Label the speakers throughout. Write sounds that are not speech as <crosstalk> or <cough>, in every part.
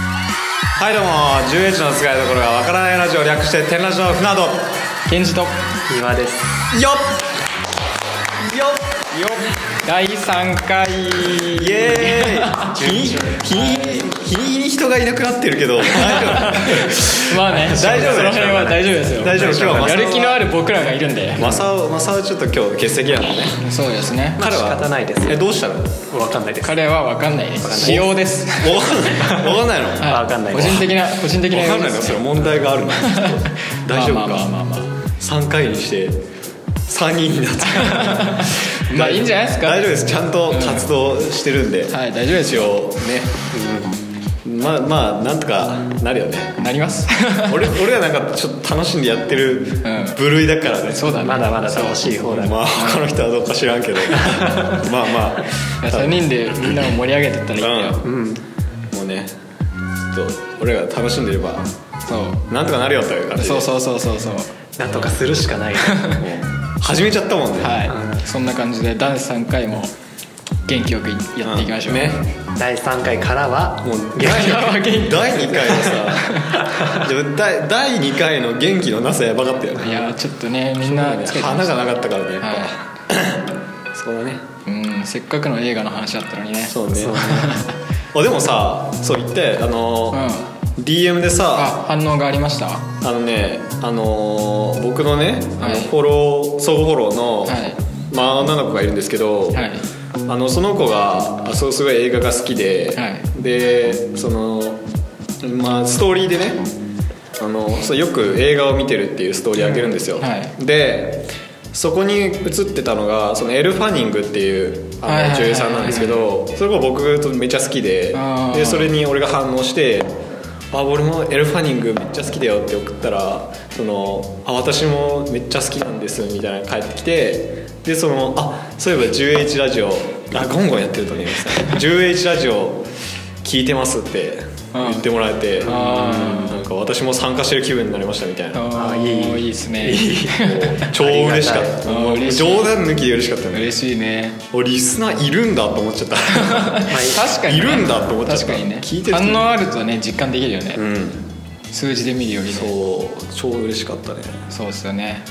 Speaker 1: はいどうも 10H の使いどころがわからないラジオ略して天ラジの船戸
Speaker 2: ケンジと
Speaker 3: 今です
Speaker 1: よっよ
Speaker 2: 第3回
Speaker 1: っイエーイ日に日に日に人がいなくなってるけど大丈
Speaker 2: まあね
Speaker 1: <laughs> 大丈夫
Speaker 2: その辺は大丈夫ですよ
Speaker 1: 大丈夫今日はマサ
Speaker 2: やる気のある僕らがいるんで
Speaker 1: 夫マサオマサオちょっと今日欠席なのね
Speaker 2: そうですね、
Speaker 3: まあ
Speaker 1: 彼は
Speaker 3: 仕方ないです
Speaker 1: えどうしたのわ
Speaker 3: わかんないです
Speaker 2: 彼は分かんないです仕様です
Speaker 1: かんないわかんないの
Speaker 2: は
Speaker 3: わかんない
Speaker 2: 個人的な個人的な
Speaker 1: わかんない
Speaker 2: 用
Speaker 1: の
Speaker 2: です
Speaker 1: それ問題
Speaker 2: <laughs>
Speaker 1: があるの大丈夫
Speaker 2: まあまあまあ
Speaker 1: か
Speaker 2: まあま
Speaker 1: 3回にして3人になって
Speaker 2: あ <laughs> まあいいんじゃないですか
Speaker 1: 大丈夫ですちゃんと活動してるんで、
Speaker 2: はい大丈夫です
Speaker 1: 一
Speaker 2: よ
Speaker 1: 応ね、まあまあなんとかなるよね
Speaker 2: なります
Speaker 1: <laughs> 俺俺はなんかちょっと楽しんでやってる
Speaker 2: ん
Speaker 1: 部類だからね、
Speaker 2: そうだね
Speaker 3: まだまだ楽しい方だ
Speaker 1: まあ他の人はどうか知らんけどまあ
Speaker 2: <laughs>
Speaker 1: まあ
Speaker 2: 3人でみんなを盛り上げてったらいいんだよ、
Speaker 1: うんもうねちょっと俺らが楽しんでれば
Speaker 2: そう
Speaker 1: なんとかなるよという感じで
Speaker 2: そうそうそうそうそう
Speaker 3: なんとかするしかない
Speaker 1: もう始めちゃったもんね、
Speaker 2: はいそんな感じでダンス3回も元気よくやっていきましょう、
Speaker 1: ね
Speaker 3: 第3回からは
Speaker 1: もう
Speaker 3: 元
Speaker 1: 第
Speaker 3: 気
Speaker 2: やばい <laughs> 元気
Speaker 1: 第2回のさ <laughs> でも第第2回の元気のなさやばかったよ
Speaker 2: い
Speaker 1: ね
Speaker 2: やーちょっとねみんな疲れてま
Speaker 1: 花
Speaker 2: した
Speaker 1: がなかったからねやっぱ、
Speaker 2: は
Speaker 1: そこだね
Speaker 2: い、うんせっかくの映画の話だったのにね
Speaker 1: そうねあでもさそう言ってあのー DM でさ
Speaker 2: あ反応がありました
Speaker 1: あのねあのー僕のねあ
Speaker 2: は
Speaker 1: の
Speaker 2: い
Speaker 1: フォロー相互フォローの、
Speaker 2: はい
Speaker 1: まあ、女の子がいるんですけど、
Speaker 2: はい
Speaker 1: あのその子があそうすごい映画が好きで、
Speaker 2: は
Speaker 1: でその、まあ、ストーリーでねあのそうよく映画を見てるっていうストーリーあげるんですよ、
Speaker 2: うんはい
Speaker 1: でそこに映ってたのがそのエル・ファニングっていう
Speaker 2: はい
Speaker 1: あ
Speaker 2: はいは
Speaker 1: の
Speaker 2: い
Speaker 1: 女優さんなんですけどそれが僕とめっちゃ好きで
Speaker 2: あー
Speaker 1: でそれに俺が反応して「あ俺もエル・ファニングめっちゃ好きだよ」って送ったら「そのあ私もめっちゃ好きなんです」みたいなの返ってきてでそのあそういえば 10H ラジオあゴンゴンやってると思います 10H ラジオ聞いてますって言ってもらえて
Speaker 2: あ
Speaker 1: なんか私も参加してる気分になりましたみたいなもう
Speaker 2: あ
Speaker 3: あ
Speaker 2: ー
Speaker 3: いい
Speaker 2: いいですね
Speaker 1: 超嬉しかっ
Speaker 3: ありが
Speaker 1: た
Speaker 2: たい
Speaker 1: も
Speaker 2: あ
Speaker 1: う
Speaker 2: 嬉しい
Speaker 1: 冗談抜きで嬉しかったね
Speaker 2: 嬉しいね
Speaker 1: おリスナーいるんだと思っちゃった
Speaker 2: <laughs> 確かに、ね、
Speaker 1: いるんだと思っちゃった
Speaker 2: 確かにね
Speaker 1: 聞いてる人
Speaker 2: 反応あるとね実感できるよね、
Speaker 1: うん
Speaker 2: 数字で見るよりねそう
Speaker 1: そう超嬉しかったね
Speaker 2: そうっすよね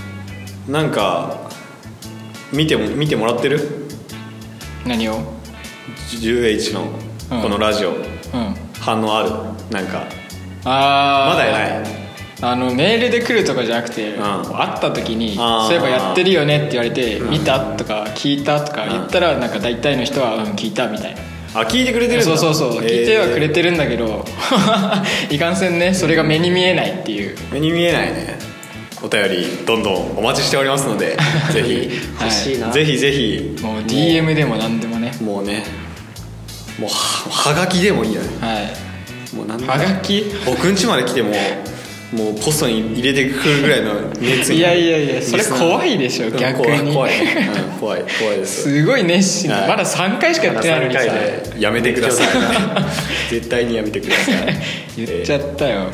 Speaker 1: なんか見ても見てもらってる
Speaker 2: 何をう
Speaker 1: 10H の
Speaker 2: うん
Speaker 1: このラジオ、
Speaker 2: ん
Speaker 1: 反応あるなんか
Speaker 2: あ
Speaker 1: ま
Speaker 2: あ
Speaker 1: だやない
Speaker 2: あのメールで来るとかじゃなくて、
Speaker 1: ん
Speaker 2: 会った時に
Speaker 1: あー
Speaker 2: そういえばやってるよねって言われて、見たとか聞いたとか言ったら、なんか大体の人は、うん、聞いたみたいな
Speaker 1: あ聞いてくれてるんだ
Speaker 2: そうそうそう、
Speaker 1: えー
Speaker 2: 聞いてはくれてるんだけど <laughs> いかんせんねそれが目に見えないっていう
Speaker 1: 目に見えないねお便りどんどんお待ちしておりますの
Speaker 2: <laughs>
Speaker 1: でぜひ
Speaker 2: はい
Speaker 3: 欲しいな
Speaker 1: ぜひぜひ
Speaker 2: もう DM でも何でもね
Speaker 1: もうねもうははがきでもいいよね
Speaker 2: はい
Speaker 1: もうなん
Speaker 2: はがき
Speaker 1: 僕ん家まで来てももうポストに入れてくるぐらいの熱意
Speaker 2: いやいやいやそれ怖いでしょ
Speaker 1: うん
Speaker 2: 逆に
Speaker 1: 怖い怖い,、うん怖い怖いです
Speaker 2: <laughs> すごい熱心
Speaker 1: は
Speaker 2: ないまだ3回しかやってないのに
Speaker 3: まだ
Speaker 2: さ
Speaker 3: 三回で
Speaker 1: やめてください絶対にやめてください
Speaker 2: <laughs> 言っちゃ
Speaker 1: え
Speaker 2: ったよ
Speaker 1: ー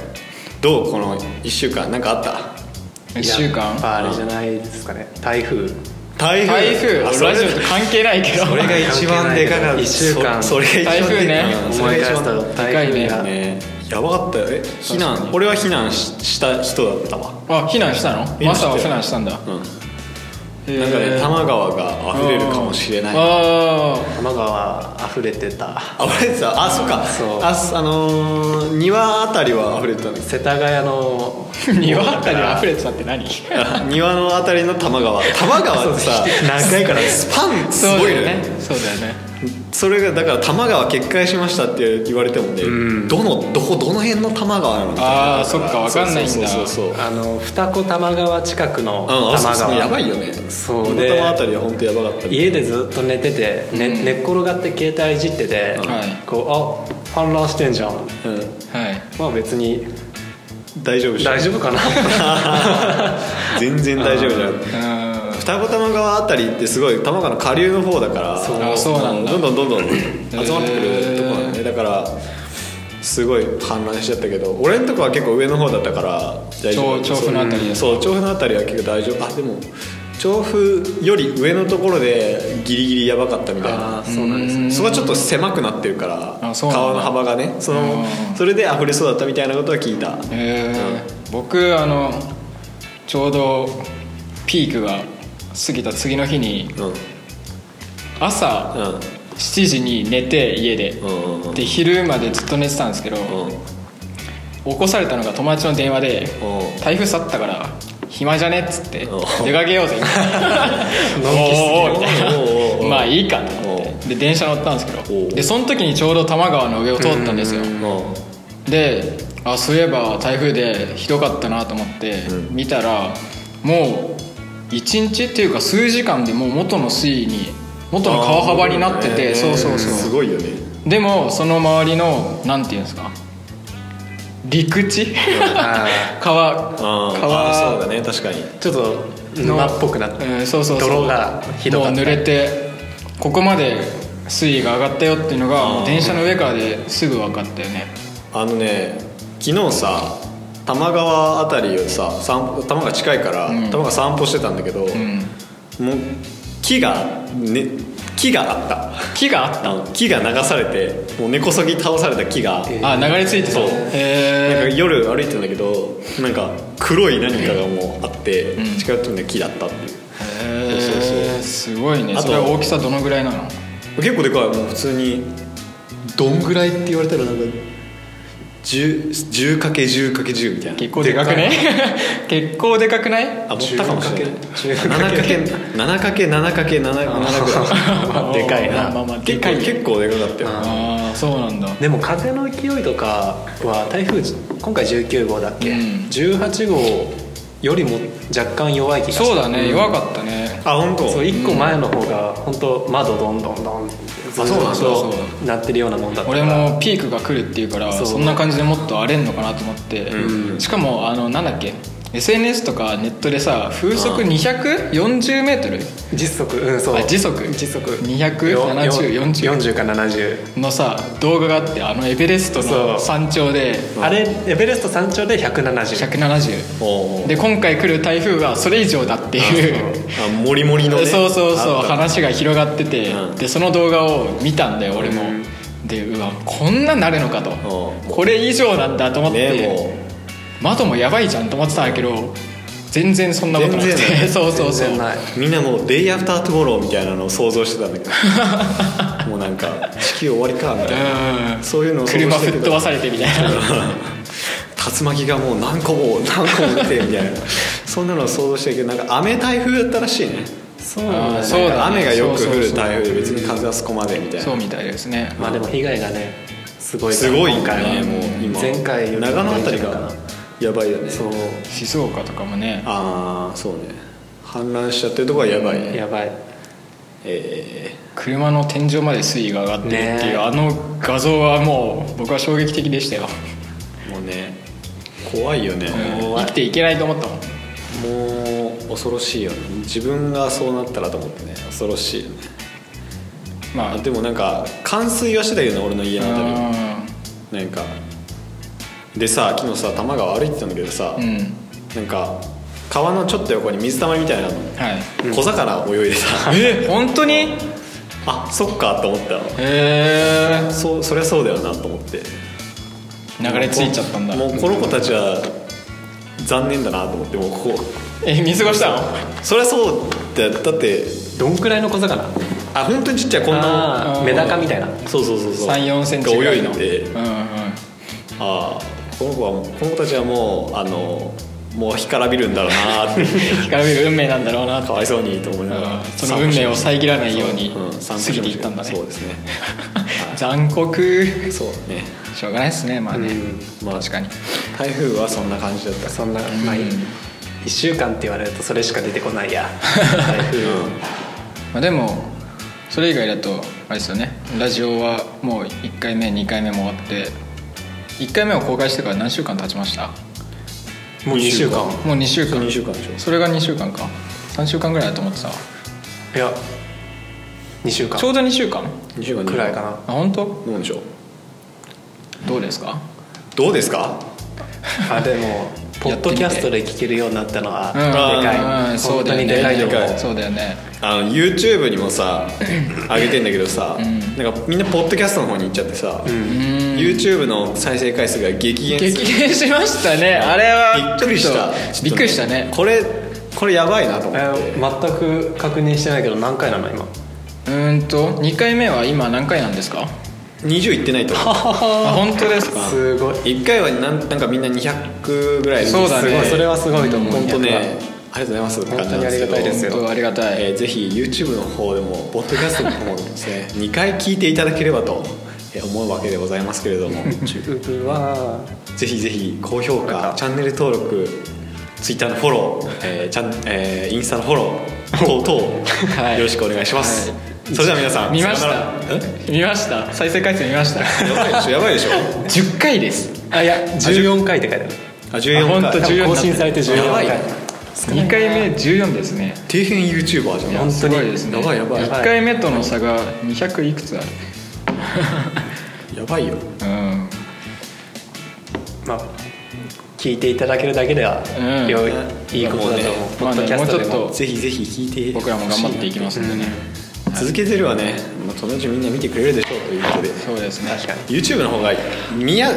Speaker 1: どうこの1週間なんかあった
Speaker 2: 1週
Speaker 3: や
Speaker 2: 間
Speaker 3: っぱあれじゃないですかね台風
Speaker 1: 台風
Speaker 2: <laughs> 台風
Speaker 1: あそれ
Speaker 2: ラジオと関係ないけど
Speaker 1: それが一番でかかった
Speaker 3: 一週間
Speaker 1: そそれが一番でか
Speaker 2: 台
Speaker 1: か
Speaker 2: 風
Speaker 1: ったそ
Speaker 2: ね
Speaker 3: 思
Speaker 1: れ
Speaker 3: い
Speaker 1: が
Speaker 3: 返
Speaker 1: 一
Speaker 3: す
Speaker 1: 番
Speaker 3: と台風
Speaker 2: でか
Speaker 3: が、
Speaker 2: い
Speaker 1: ねやばかったよえ避
Speaker 2: 確か
Speaker 1: 難
Speaker 2: に
Speaker 1: 俺は避難しした人だったわ
Speaker 2: <laughs> あ避難したの
Speaker 1: 避難
Speaker 2: マ
Speaker 1: して
Speaker 2: サは避難したんだ
Speaker 1: うん
Speaker 2: へー
Speaker 1: なんかね多摩川が溢れるかもしれない
Speaker 2: あ
Speaker 1: <laughs>
Speaker 2: ー <laughs>
Speaker 3: 玉川溢れてた
Speaker 1: あ溢れてたあそっか
Speaker 3: そう
Speaker 1: あすあのー庭あたりは溢れてた <laughs> んです
Speaker 3: 世田谷の
Speaker 2: 庭あたりに溢れてたって何
Speaker 1: あ庭のあたりの多摩川多摩川ってさ <laughs>
Speaker 3: 長いから
Speaker 1: スパンす
Speaker 2: そう
Speaker 1: ごい
Speaker 2: だ
Speaker 1: よね
Speaker 2: よねそうだよね
Speaker 1: それがだから多摩川決壊しましたって言われてもね、どのどこどの辺の多摩川なのみたいな
Speaker 2: あーそっかわかんないんだ
Speaker 1: そうそうそうそう
Speaker 3: あの二子玉川近くの
Speaker 1: うん
Speaker 3: 玉
Speaker 1: あそこそこ
Speaker 3: 川
Speaker 1: やばいよね
Speaker 3: そう
Speaker 1: で
Speaker 3: で
Speaker 1: 多摩あたりは本当やばかった
Speaker 3: 家でずっと寝てて、ね
Speaker 2: うん
Speaker 3: 寝っ転がって携帯いじってて、
Speaker 2: はい
Speaker 3: こうあ氾濫してんじゃん
Speaker 1: うん
Speaker 2: はい
Speaker 3: まあ別に
Speaker 1: 大丈夫
Speaker 3: 大丈夫かな
Speaker 1: 夫 <laughs> 全然大丈夫じゃん
Speaker 2: うん
Speaker 1: 二子玉川あたりってすごい多摩川の下流の方だから
Speaker 3: そう
Speaker 2: あそうなんだ
Speaker 1: どんどんどんどん集まってくるとこなんだねだからすごい氾濫しちゃったけど俺のとこは結構上の方だったから大丈夫
Speaker 2: 調調布のあたり
Speaker 1: そう調布のあたりは結構大丈夫あでも調布より上のところでギリギリやばかったみたいな
Speaker 3: あーそうなんですね
Speaker 1: そこはちょっと狭くなってるから
Speaker 2: あそうなんだ
Speaker 1: 川の幅がねその
Speaker 2: うん
Speaker 1: それで溢れそうだったみたいなことは聞いた
Speaker 2: えー僕あのちょうどピークが過ぎた次の日に
Speaker 1: うん
Speaker 2: 朝
Speaker 1: う
Speaker 2: 7時に寝て家で
Speaker 1: んうんうんうん
Speaker 2: で昼までずっと寝てたんですけど起こされたのが友達の電話で
Speaker 1: おう
Speaker 2: 台風去ったから暇じゃねっつって
Speaker 1: おう
Speaker 2: 出か
Speaker 1: <laughs>
Speaker 2: けようぜみたいなおうおうみたいな
Speaker 1: おうおうおう
Speaker 2: まあいいかと思
Speaker 1: お
Speaker 2: ってで電車乗ったんですけ
Speaker 1: おう
Speaker 2: どでその時にちょうど多摩川の上を通ったんですよ
Speaker 1: うん
Speaker 2: であそういえば台風でひどかったなと思って
Speaker 1: うん
Speaker 2: 見たらもう1日っていうか数時間でもう元の水位に元の川幅になってて、
Speaker 1: あー
Speaker 2: そうそう
Speaker 1: す
Speaker 2: そう
Speaker 1: ごいよね
Speaker 2: でもその周りのなんていうんですか陸地川
Speaker 1: あー
Speaker 2: 川
Speaker 1: あーそうだね確かに
Speaker 3: ちょっと沼っぽくなって
Speaker 2: うん、そうそうそう
Speaker 3: 泥がひどかった
Speaker 2: もう濡れてここまで水位が上がったよっていうのが
Speaker 1: あー
Speaker 2: もう電車の上からですぐ分かったよね
Speaker 1: あのね昨日さ多摩川あたりをさ散歩多摩川近いから、
Speaker 2: ん
Speaker 1: 多摩川散歩してたんだけど、
Speaker 2: うん
Speaker 1: もう木が、ね、木があった
Speaker 2: 木があっ
Speaker 1: あの木が流されてもう根こそぎ倒された木が、
Speaker 3: え
Speaker 2: たあ流れ着いてた
Speaker 1: そうなん
Speaker 2: へ
Speaker 1: か
Speaker 2: え
Speaker 1: 夜歩いてんだけどなんか黒い何かがもうあって、
Speaker 2: ん
Speaker 1: 近寄ってみたら木だったっていうそうそうそう
Speaker 2: すごいね
Speaker 1: あと
Speaker 2: それは大きさどのぐらいなの
Speaker 1: 結構でかいもう普通にどんぐらいって言われたらなんか 10×10×10 みたいな
Speaker 2: 結構でかくね結構でかくない
Speaker 1: あ持ったかもしれない 7×7×7×7 ぐらいでかい
Speaker 2: まあまあまあ
Speaker 1: な
Speaker 2: でかいね
Speaker 1: 結構結構でかかったよ
Speaker 3: あ
Speaker 2: ああそうなんだ
Speaker 3: でも風の勢いとかは台風今回19号だっけ、
Speaker 2: うん
Speaker 3: 18号よりも若干弱い気がした
Speaker 2: そうだね弱かったね
Speaker 1: あ本当
Speaker 3: そう1個前の方が本当窓どんどんどんず
Speaker 1: あそうなんだ
Speaker 3: っとなってるようなもんだったか
Speaker 2: 俺
Speaker 3: ら
Speaker 2: もピークが来るっていうから
Speaker 3: そ
Speaker 2: そうそんな感じでもっと荒れんのかなと思って、
Speaker 1: うん
Speaker 2: しかもあのなんだっけ SNS とかネットでさ風速 240m
Speaker 3: 実測うんそう
Speaker 2: あ時速
Speaker 3: 時速
Speaker 2: 27040
Speaker 3: 40か70
Speaker 2: のさ動画があってあのエベレスト
Speaker 3: そう
Speaker 2: の山頂で
Speaker 3: あれエベレスト山頂で170
Speaker 2: 170
Speaker 1: おうおう
Speaker 2: で今回来る台風はそれ以上だっていう
Speaker 1: あモリモリのね
Speaker 2: そうそうそう
Speaker 1: あった
Speaker 2: 話が広がってて、
Speaker 1: うん
Speaker 2: でその動画を見たんだよ俺も、でうわこんななるのかと、
Speaker 1: う
Speaker 2: これ以上なんだと思って、
Speaker 1: ねも
Speaker 2: 窓もやばいじゃんと思ってたんだけど全然そんなことなくて
Speaker 1: 全然ない
Speaker 2: そうそうそう
Speaker 3: 全然ない
Speaker 1: もうみんなもう「デイアフタートゥモロー」みたいなのを想像してたんだ
Speaker 2: <laughs>
Speaker 1: けどもうなんか地球終わりかみたいな
Speaker 2: うん
Speaker 1: そういうのを想像
Speaker 2: 車
Speaker 1: して
Speaker 2: 吹
Speaker 1: る
Speaker 2: っ
Speaker 1: け
Speaker 2: 飛
Speaker 1: ど
Speaker 2: ばされてみたいな
Speaker 1: 竜巻がもう何個も何個も出てみたいなそんなのを想像してるけどなんか雨台風だったらしいね
Speaker 3: そう
Speaker 2: なんだ
Speaker 1: な
Speaker 2: ね
Speaker 1: んか雨がよく降
Speaker 2: そうそう
Speaker 1: る
Speaker 2: そう
Speaker 1: 台風で別に風はそこまでみたいな
Speaker 2: そうみたいですね
Speaker 3: まあでも被害がねすごいから
Speaker 1: すごい
Speaker 3: 今
Speaker 1: か
Speaker 3: 回
Speaker 1: ね
Speaker 3: は
Speaker 1: もう今
Speaker 3: 前回より
Speaker 1: 長野あたり
Speaker 3: 大丈夫
Speaker 1: が
Speaker 3: か
Speaker 1: やばいよね
Speaker 3: そう
Speaker 2: 静岡とかもね
Speaker 1: ああそうね氾濫しちゃってるとこはやばいね
Speaker 3: やばい
Speaker 1: え
Speaker 2: 車の天井まで水位が上がってるっていう、
Speaker 3: ね
Speaker 2: あの画像はもう僕は衝撃的でしたよ
Speaker 1: ーもうね怖いよね
Speaker 2: うん生きていけないと思ったもん
Speaker 1: もう恐ろしいよね自分がそうなったらと思ってね恐ろしいよね
Speaker 2: まあ
Speaker 1: あでもなんか冠水はしてたけどね俺の家の辺りはなんかでさ昨日さ多摩川歩いてたんだけどさ、
Speaker 2: うん
Speaker 1: なんか川のちょっと横に水たまりみたいなの、
Speaker 2: はい
Speaker 1: 小魚泳いでさ
Speaker 2: え本当に
Speaker 1: <laughs> あそっかと思ったの
Speaker 2: へえ
Speaker 1: そうそりゃそうだよなと思って
Speaker 2: 流れ着いちゃったんだ
Speaker 1: もうこの子たちは残念だなと思ってもうここ
Speaker 2: え見過ごしたの
Speaker 1: そりゃそうだよだって
Speaker 3: どんくらいの小魚
Speaker 1: あ本当にちっちゃいこんな
Speaker 3: あ
Speaker 2: う
Speaker 3: ー
Speaker 2: ん
Speaker 3: メダカみたいな
Speaker 1: そうそうそうそう
Speaker 2: 3 4センチぐら
Speaker 1: 泳い
Speaker 2: の
Speaker 1: で
Speaker 2: うんうん
Speaker 1: ああこの子はもうこの子たちはもうあのもう干からびるんだろうなって
Speaker 2: 光られる運命なんだろうな
Speaker 1: かわいそうにと思いながら
Speaker 2: その運命を遮らないように
Speaker 1: うん散歩
Speaker 2: 過ぎていったんだね
Speaker 1: そうですね
Speaker 2: <laughs> 残酷
Speaker 1: そうね
Speaker 2: しょうがないですねまあね、
Speaker 1: うんまあ
Speaker 2: 確かに
Speaker 1: 台風はそんな感じだった
Speaker 3: そんな、まあ、1週間って言われるとそれしか出てこな
Speaker 2: <laughs>
Speaker 3: いや台風
Speaker 2: まあ、でもそれ以外だとあれですよねラジオはもう1回目2回目も終わって1回目を公開してから何週間経ちました
Speaker 3: もう2週間
Speaker 2: もう2週間
Speaker 1: 2週間でしょ
Speaker 2: それが2週間か3週間ぐらいだと思ってたわ
Speaker 3: いや2週間
Speaker 2: ちょうど2週間あ
Speaker 1: 2週間
Speaker 3: くらいかな
Speaker 2: 本当
Speaker 1: どうでしょう
Speaker 2: どうですか
Speaker 1: どうですか
Speaker 2: <laughs>
Speaker 3: あでもポッドキャストで聞けるようになったのはでかい、
Speaker 2: うんそ
Speaker 3: 本
Speaker 2: う
Speaker 3: 当
Speaker 2: だよ
Speaker 3: に
Speaker 2: ね
Speaker 3: でかいと思う
Speaker 1: でかい
Speaker 2: そうだよね
Speaker 1: あの YouTube にもさ上げてんだけどさ、
Speaker 2: ん
Speaker 1: なんかみんなポッドキャストの方に行っちゃってさ、
Speaker 2: う
Speaker 1: YouTube の再生回数が激減す
Speaker 2: 激
Speaker 1: る
Speaker 2: 減しましたねあれは
Speaker 1: びっくりした
Speaker 2: ちょっとびっくりしたね
Speaker 1: これこれやばいなと思って、
Speaker 3: えー全く確認してないけど何回なの今
Speaker 2: うーんと2回目は今何回なんですか
Speaker 1: 20いってないと思う
Speaker 2: <laughs> あ本当ですか
Speaker 3: すごい
Speaker 1: 1回はなんなんかみんな200ぐらい
Speaker 2: そうだね
Speaker 1: すごい
Speaker 3: それはすごいと思う
Speaker 1: 本当
Speaker 3: 200は
Speaker 1: ねありがとうございますって感じなんですけど
Speaker 3: 本当にありがたいですよ
Speaker 2: 本当ありがたい
Speaker 1: えーぜひ YouTube の方でもポッドキャストの方でもですね2回聞いていただければとえー思うわけでございますけれども
Speaker 3: YouTube は
Speaker 1: ぜひぜひ高評価チャンネル登録 Twitter のフォロー、えーチャンえーインスタのフォロー等々、
Speaker 2: はい
Speaker 1: よろしくお願いします、
Speaker 2: は
Speaker 1: それでは皆さん
Speaker 2: 見まし
Speaker 1: さよなら
Speaker 2: た見ました再生回数見ました
Speaker 1: やばいでしょやばいでしょ
Speaker 2: 10回ですあいや
Speaker 3: 14回って書いてある
Speaker 1: あ14
Speaker 2: あほんと
Speaker 1: 回
Speaker 2: 14
Speaker 3: 多分更新されて14回
Speaker 1: やばい
Speaker 2: 2回目14ですね
Speaker 1: 底辺 YouTuber じゃん
Speaker 2: いや
Speaker 3: 本当に
Speaker 2: すごいですね
Speaker 1: やばいやばい
Speaker 2: 1回目との差が200いくつある
Speaker 1: やばいよ
Speaker 2: うん
Speaker 3: まあ聞いていただけるだけでは、
Speaker 2: うん
Speaker 3: 良い
Speaker 1: ん
Speaker 3: いいことだと思う、
Speaker 1: もうね
Speaker 3: ポッドキャストで
Speaker 2: まあねも
Speaker 3: も
Speaker 2: うちょっ
Speaker 1: ぜひぜひ聞いて
Speaker 2: 僕らも頑張っていきますんでね
Speaker 1: 続けてるはね、まあ、そのうちみんな見てくれるでしょうということで
Speaker 2: そうですね
Speaker 3: 確かに
Speaker 1: YouTube の方が見や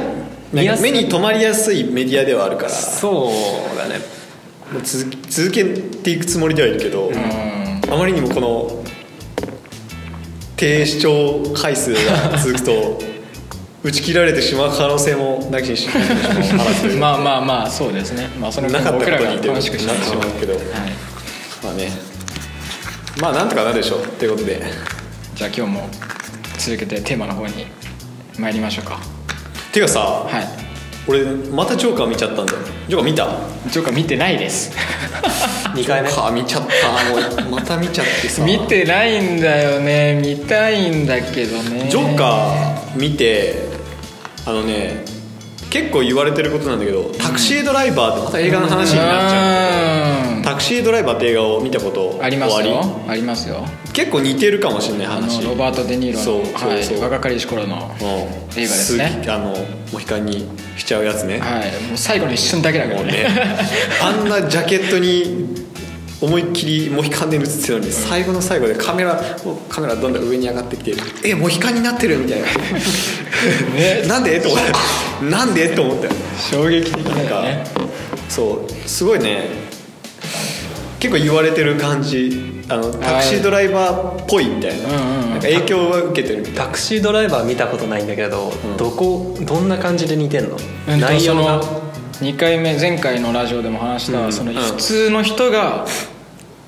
Speaker 3: 見やすい
Speaker 1: 目に留まりやすいメディアではあるから
Speaker 3: そうだね
Speaker 1: もう続き続けていくつもりではいるけど、
Speaker 2: うん
Speaker 1: あまりにもこの低視聴回数が続くと打ち切られてしまう可能性もなきにしもあらずという
Speaker 2: <laughs> まあまあまあそうですねまあその
Speaker 1: なかったこ
Speaker 2: 僕ら
Speaker 1: と
Speaker 2: が
Speaker 1: にというこ
Speaker 2: 楽し
Speaker 1: と
Speaker 2: く
Speaker 1: に
Speaker 2: し
Speaker 1: な
Speaker 2: ま
Speaker 1: って
Speaker 2: し
Speaker 1: し
Speaker 2: ょう
Speaker 1: まうけど
Speaker 2: はい
Speaker 1: まあねまあなんとかなるでしょうということで
Speaker 2: じゃあ今日も続けてテーマの方に参りましょうか
Speaker 1: ていうかさ、
Speaker 2: はい
Speaker 1: 俺またジョーカー見ちゃったんだよジョーカー見た
Speaker 2: ジョーカー見てないです
Speaker 1: <laughs>
Speaker 3: 2回目
Speaker 1: ジョーカー見ちゃったもうまた見ちゃってさ
Speaker 2: 見てないんだよね見たいんだけどね
Speaker 1: ジョーカー見てあのね結構言われてることなんだけどタクシードライバーってまた映画の話になっちゃうんだ
Speaker 2: う
Speaker 1: け
Speaker 2: ん
Speaker 1: どタクシードライバーって映画を見たこと
Speaker 2: あります
Speaker 1: お
Speaker 2: よ
Speaker 1: あ
Speaker 2: ありますよ
Speaker 1: り結構似てるかもしれない
Speaker 2: あの
Speaker 1: 話
Speaker 2: ロバート・デ・ニーロの
Speaker 1: そうそうそう
Speaker 2: はい、若かりし頃の
Speaker 1: うん
Speaker 2: 映画ですね
Speaker 1: ぎあのモヒカンにしちゃうやつね、
Speaker 2: はいもう最後の一瞬だけだか
Speaker 1: も
Speaker 2: ら
Speaker 1: う <laughs>
Speaker 2: ね
Speaker 1: ねあんなジャケットに思いっきりモヒカンで映ってたのに最後の最後でカメラカメラどんどん上に上がってきて「えモヒカンになってる?」みたいな「
Speaker 2: ね
Speaker 1: <laughs> なんで?」と思ったなんで?」と思ったよ
Speaker 2: <laughs> 衝撃的
Speaker 1: なん
Speaker 2: だ
Speaker 1: か
Speaker 2: よね
Speaker 1: そうすごいね結構言われてる感じあのタクシードライバーっぽいみたいな,、
Speaker 2: うんうん
Speaker 1: なんか影響は受けてるみたいな
Speaker 3: タクシードライバー見たことないんだけど、
Speaker 1: ん
Speaker 3: どこどんな感じで似てんの、
Speaker 2: うんと
Speaker 3: 内
Speaker 2: そ
Speaker 3: 容
Speaker 2: の
Speaker 3: が
Speaker 2: 2回目前回のラジオでも話した、
Speaker 3: うん
Speaker 2: その
Speaker 1: ん
Speaker 2: 普通の人が、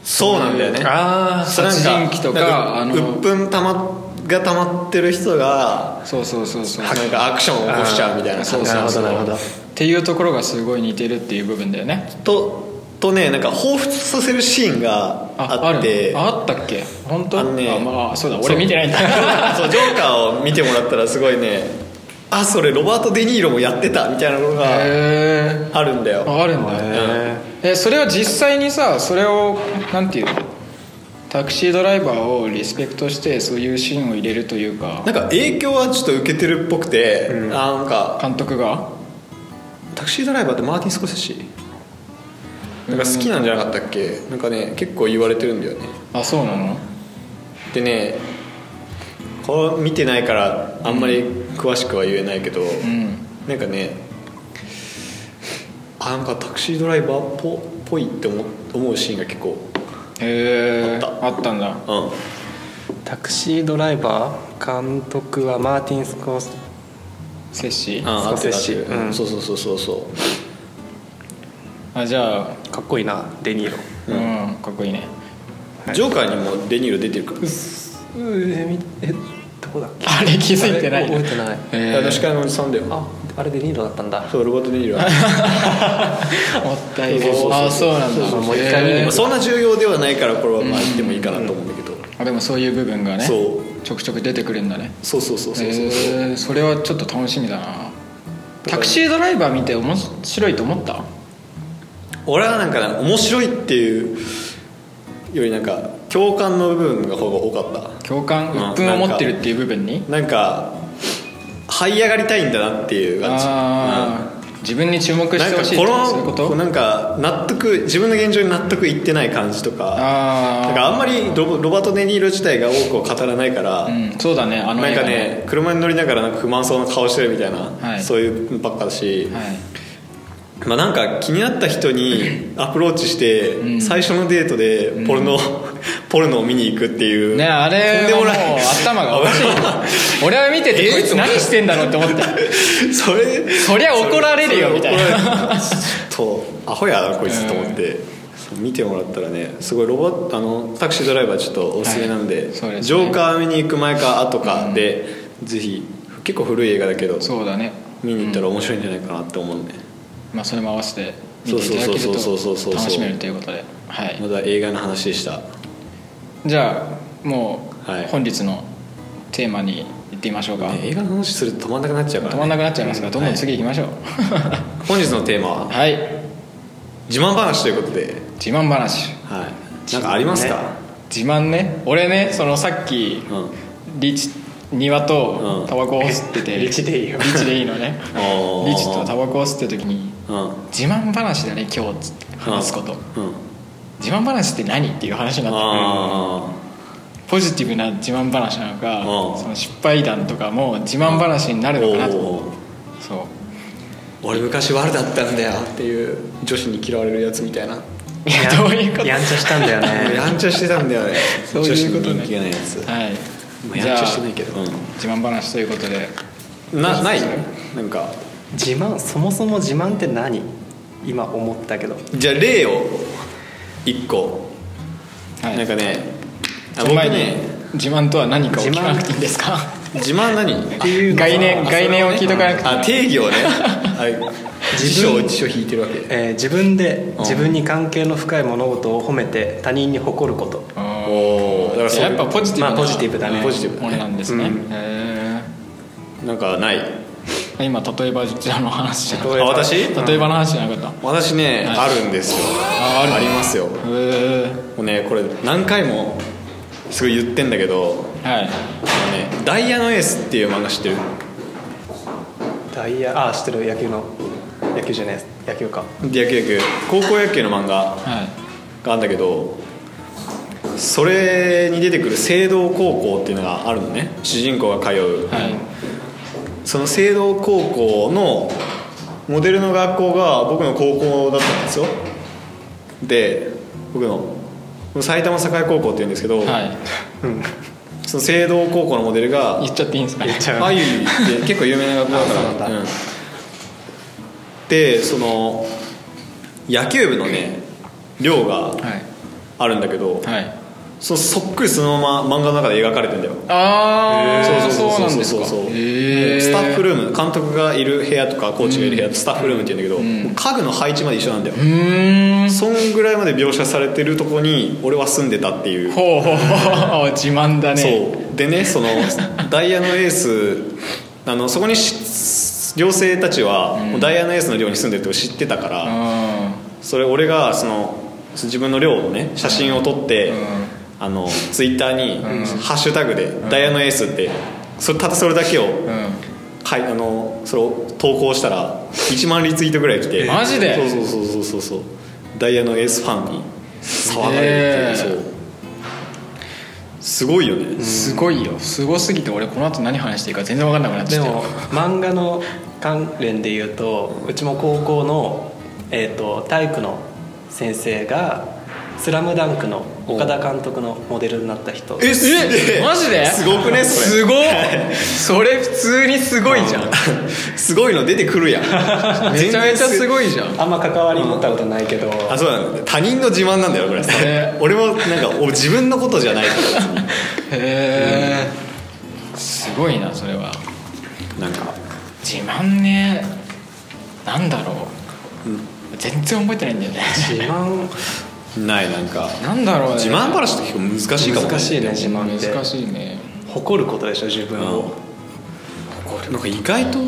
Speaker 1: そうなんだよね
Speaker 3: あ
Speaker 1: そうなん
Speaker 2: 殺人鬼とか
Speaker 1: な
Speaker 2: あ
Speaker 1: ん
Speaker 2: の
Speaker 1: か鬱憤たまがたまってる人が
Speaker 2: そうそうそうそう
Speaker 1: なんかアクションを起こしちゃうみたいな
Speaker 2: そ
Speaker 1: 感
Speaker 2: う
Speaker 1: じ
Speaker 2: そうそう
Speaker 3: なるほどなるほ
Speaker 2: っていうところがすごい似てるっていう部分だよね
Speaker 1: ととねなんか彷彿させるシーンがあって
Speaker 2: あるあったっけ本当
Speaker 1: あのね
Speaker 2: あまあそうだ
Speaker 1: そ
Speaker 2: 俺
Speaker 1: う
Speaker 2: 見てないんだ
Speaker 1: <laughs> そうジョーカーを見てもらったらすごいねあそれロバート・デ・ニーロもやってたみたいなのが
Speaker 2: へえ
Speaker 1: あるんだよ
Speaker 2: ああるんだ
Speaker 1: へ
Speaker 2: えそれは実際にさそれをなんていうのタクシードライバーをリスペクトしてそういうシーンを入れるというか
Speaker 1: なんか影響はちょっと受けてるっぽくて、あなんか
Speaker 2: 監督が
Speaker 1: タクシードライバーってマーティン・スコセッシなんか好きなんじゃなかったっけなんかね結構言われてるんだよね
Speaker 2: あそうなの
Speaker 1: でねこれ見てないからあんまり詳しくは言えないけど、
Speaker 2: うん
Speaker 1: なんかねあなんかタクシードライバーっぽっぽいって思思うシーンが結構
Speaker 2: へえ
Speaker 1: あっ
Speaker 2: あったんだ
Speaker 1: うん
Speaker 3: タクシードライバー監督はマーティン・スコース
Speaker 2: セッシー
Speaker 1: あ
Speaker 3: スコセッ
Speaker 1: 合って
Speaker 3: シ
Speaker 1: る合ってる
Speaker 3: うん
Speaker 1: そうそうそうそうそう
Speaker 2: あじゃあ
Speaker 3: かっこいいなデ・ニーロ
Speaker 2: うんかっこいいね
Speaker 1: ジョーカーにもデニーロ出てるから
Speaker 3: うえみえどこだっけ
Speaker 2: あれ気づいてない
Speaker 3: あれ覚えてない
Speaker 2: え
Speaker 1: あの司会のおじさんだよ
Speaker 3: ああれデ・ニーロだったんだ
Speaker 1: そうロバート・デニーロ
Speaker 2: もったいない
Speaker 1: そうそうそう
Speaker 2: あそうなんだ
Speaker 3: そうそうもう一回見に
Speaker 2: へ
Speaker 1: ま
Speaker 2: ー
Speaker 1: あそんな重要ではないからこれはまあ言ってもいいかなと思うんだけど、
Speaker 2: あでもそういう部分がね
Speaker 1: そう
Speaker 2: ちょくちょく出てくるんだね
Speaker 1: そうそうそうそうそうそう
Speaker 2: へえそれはちょっと楽しみだなタクシードライバー見て面白いと思った
Speaker 1: 俺はなんかね面白いっていうよりなんか共感の部分が方が多かった
Speaker 2: 共感
Speaker 1: うん
Speaker 2: 鬱憤を持ってるっていう部分に
Speaker 1: なんか這い上がりたいんだなっていう感じ
Speaker 2: ああ自分に注目してほしいってそういうこ
Speaker 1: う
Speaker 2: と
Speaker 1: なんか納得自分の現状に納得いってない感じとか
Speaker 2: あ
Speaker 1: なん
Speaker 2: ー
Speaker 1: かあんまりロロバート・デ・ニーロ自体が多くを語らないから、
Speaker 2: うん、そうだねあの
Speaker 1: なん
Speaker 2: 映
Speaker 1: か
Speaker 2: 画の
Speaker 1: ね車に乗りながらなんか不満そうな顔してるみたいな、
Speaker 2: はい
Speaker 1: そういうばっかだし、
Speaker 2: はい
Speaker 1: まあ、なんか気になった人にアプローチして、
Speaker 2: うん
Speaker 1: 最初のデートでポルノ、 <laughs> ポルノを見に行くっていう
Speaker 2: ねあ
Speaker 1: とん
Speaker 2: れ
Speaker 1: で
Speaker 2: は
Speaker 1: も
Speaker 2: もう
Speaker 1: ない
Speaker 2: 頭がおかしいよ俺は見ててこいつ何してんだろうって思った
Speaker 1: <laughs> それ
Speaker 2: そりゃ怒られるよみたいな
Speaker 1: なちょっとアホやなこいつと思って、見てもらったらねすごいロボットあのタクシードライバーちょっとおすすめなんで,、
Speaker 2: はいそうですね
Speaker 1: ジョーカー見に行く前か後かで、ぜひ結構古い映画だけど
Speaker 2: そうだね
Speaker 1: 見に行ったら面白いんじゃないかなって思うね、
Speaker 2: まあそれも合わせて見ていただけると
Speaker 1: そうそうそうそうそうそう
Speaker 2: 楽しめるということではい
Speaker 1: まだ映画の話でした
Speaker 2: じゃあも
Speaker 1: はいう
Speaker 2: 本日のテーマに行ってみましょうか
Speaker 1: ね映画の話すると止まんなくなっちゃうから、
Speaker 2: 止
Speaker 1: ね、
Speaker 2: まんなくなっちゃいますからどんどん次行きましょう
Speaker 1: 本日のテーマは
Speaker 2: はい
Speaker 1: 自慢話ということで、
Speaker 2: 自慢話
Speaker 1: はい、なんかありますか、
Speaker 2: 自慢ね俺ねそのさっき
Speaker 1: うん
Speaker 2: リチ庭とタバコを吸ってて
Speaker 3: リチでいいよ
Speaker 2: リチでいいの <laughs> ね
Speaker 1: おー
Speaker 2: リチとタバコを吸ってる時に
Speaker 1: うん
Speaker 2: 自慢話だね今日つって話すこと
Speaker 1: うん
Speaker 2: 自慢話って何っていう話になって
Speaker 1: あ
Speaker 2: くるポジティブな自慢話なのか
Speaker 1: うん
Speaker 2: その失敗談とかも自慢話にな
Speaker 1: あ
Speaker 2: るのかなと
Speaker 1: おー
Speaker 2: そう
Speaker 1: 俺昔悪だったんだよっていう女子に嫌われるやつみたいな、
Speaker 2: いやどういうこと
Speaker 3: やんちゃしたんだよ
Speaker 1: 俺
Speaker 3: ね
Speaker 1: やんちゃしてたんだよね
Speaker 2: そういうこと
Speaker 1: 女
Speaker 2: ね
Speaker 1: 子に人気がないやつ、
Speaker 2: はい
Speaker 1: まあ
Speaker 2: じ
Speaker 1: やん
Speaker 2: ゃ
Speaker 1: ちゃ
Speaker 2: あ
Speaker 1: してないけど、
Speaker 2: 自慢話ということで
Speaker 1: なないなんか
Speaker 3: <laughs> 自慢そもそも自慢って何今思ったけど
Speaker 1: じゃあ例を一個、
Speaker 2: はい
Speaker 1: なんかねあ
Speaker 2: その
Speaker 1: 僕
Speaker 2: 前に
Speaker 1: ね
Speaker 2: 自慢とは何かを聞かなくていいんですか
Speaker 1: 自慢何
Speaker 3: っていうのは
Speaker 2: 概念概念を聞いとかなくて
Speaker 1: あ定
Speaker 2: <laughs>
Speaker 1: 義をねはい辞書を辞書引いてるわけ
Speaker 3: えー自分で自分に関係の深い物事を褒めて他人に誇ること
Speaker 1: おーだからそう
Speaker 2: やっぱポジティブな、
Speaker 3: まあポジティブだね
Speaker 1: ポジティブだね
Speaker 2: ものなんですね、
Speaker 3: うん
Speaker 2: へ
Speaker 1: なんかない
Speaker 2: え今例えばじゃの話じゃな
Speaker 1: あ
Speaker 2: かっ
Speaker 1: 私
Speaker 2: た例えばの話じゃなかっ
Speaker 1: 私ね、
Speaker 2: はい
Speaker 1: あるんですよ
Speaker 2: あある
Speaker 1: ありますよ
Speaker 2: たへえ
Speaker 1: もうねこれ何回もすごい言ってんだけど、
Speaker 2: はい
Speaker 1: あのね「ダイヤのエース」っていう漫画知ってる
Speaker 3: ダイヤあ知ってる野球の野球じゃない野球か
Speaker 1: 野球野球高校野球の漫画
Speaker 2: はい
Speaker 1: があるんだけどそれに出てくる聖堂高校っていうのがあるのね主人公が通う、
Speaker 2: はい
Speaker 1: その聖堂高校のモデルの学校が僕の高校だったんですよで僕の埼玉栄高校っていうんですけど、
Speaker 2: はい
Speaker 1: <laughs>
Speaker 3: うん
Speaker 1: その聖堂高校のモデルが
Speaker 2: 言っちゃっていいんですかね
Speaker 3: 言っ
Speaker 1: <laughs>
Speaker 3: ちゃう
Speaker 1: あゆゆって結構有名な学校だか
Speaker 3: あそうな
Speaker 1: ら
Speaker 3: んだ
Speaker 1: うんでその野球部のね寮が
Speaker 2: はい
Speaker 1: あるんだけど、
Speaker 2: はい
Speaker 1: そそっくりそのまま漫画の中で描かれてんだよ
Speaker 2: ああ、そうなんですかへえ
Speaker 1: スタッフルーム監督がいる部屋とかコーチがいる部屋とスタッフルームって言うんだけど、
Speaker 2: ん
Speaker 1: もう家具の配置まで一緒なんだよ、
Speaker 2: うーん
Speaker 1: そんぐらいまで描写されてるとこに俺は住んでたっていう
Speaker 2: ほうほうほう自慢だね
Speaker 1: そうでねその <laughs> ダイヤのエースあのそこにし寮生たちは、もうダイヤのエースの寮に住んでるって知ってたから、
Speaker 2: うん
Speaker 1: それ俺がそのそ自分の寮のね写真を撮って、
Speaker 2: うん
Speaker 1: あのツイッターに、
Speaker 2: ん
Speaker 1: ハッシュタグで「ダイヤのエース」ってそれただそれだけを、
Speaker 2: うん
Speaker 1: はい、あのそれを投稿したら1万リツイートぐらい来て
Speaker 2: マジで
Speaker 1: そうそうそうそうそうダイヤのエースファンに騒がれるっていう、
Speaker 2: すげえ
Speaker 1: そうすごいよね、
Speaker 2: すごいよすごすぎて俺この後何話していいか全然分かんなくなっち
Speaker 3: で
Speaker 2: ゃった
Speaker 3: も
Speaker 2: よ
Speaker 3: 漫画の関連で言うとうちも高校の、えー、と体育の先生が「スラムダンクの岡田監督のモデルになった人
Speaker 1: えすげえ
Speaker 2: えマジです
Speaker 1: ごくねそれ
Speaker 2: すごっそれ普通にすごいじゃん
Speaker 1: すごいの出てくるやん
Speaker 2: <laughs> めちゃめちゃす
Speaker 1: い
Speaker 2: ごいじゃん
Speaker 3: あんま関わり持ったことないけど、
Speaker 1: あそうなんだ他人の自慢なんだよこれ、
Speaker 2: え
Speaker 1: 俺もなんかお自分のことじゃないから別に
Speaker 2: へえすごいなそれは
Speaker 1: なんか
Speaker 2: 自慢ねなんだろう、
Speaker 1: うん
Speaker 2: 全然覚えてないんだよね
Speaker 3: 自慢
Speaker 1: ないなんか
Speaker 2: なんだろうね
Speaker 1: 自慢話って結構難しいかも、
Speaker 3: 難しいね自慢って
Speaker 2: 難しいね
Speaker 3: 誇ることでしょ自分を、
Speaker 1: なんか意外と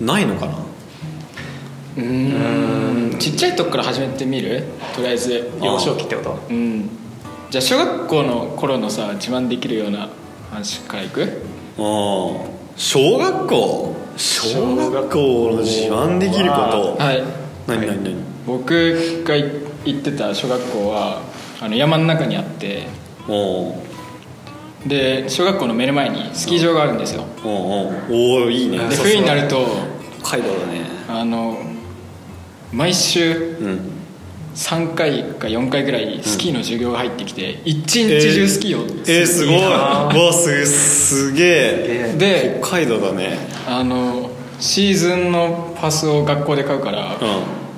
Speaker 1: ないのかな
Speaker 2: うーんちっちゃいとこから始めてみるとりあえず
Speaker 3: 幼少期ってこと
Speaker 2: うんじゃあ小学校の頃のさ自慢できるような話からいく
Speaker 1: あ小学校小学校の自慢できること
Speaker 2: はい
Speaker 1: 何何何
Speaker 2: 僕が行ってた小学校はあの山の中にあって
Speaker 1: おう
Speaker 2: で小学校の目の前にスキー場があるんですよ
Speaker 1: おうおうおういいね
Speaker 2: で冬になると
Speaker 1: 北海道だね
Speaker 2: あの毎週
Speaker 1: うん
Speaker 2: 3回か4回ぐらいスキーの授業が入ってきて一日中スキーを
Speaker 1: えー、すごいわ
Speaker 3: な
Speaker 1: すすげえ
Speaker 3: え
Speaker 2: で
Speaker 1: 北海道だね
Speaker 2: あのシーズンのパスを学校で買うから、
Speaker 1: う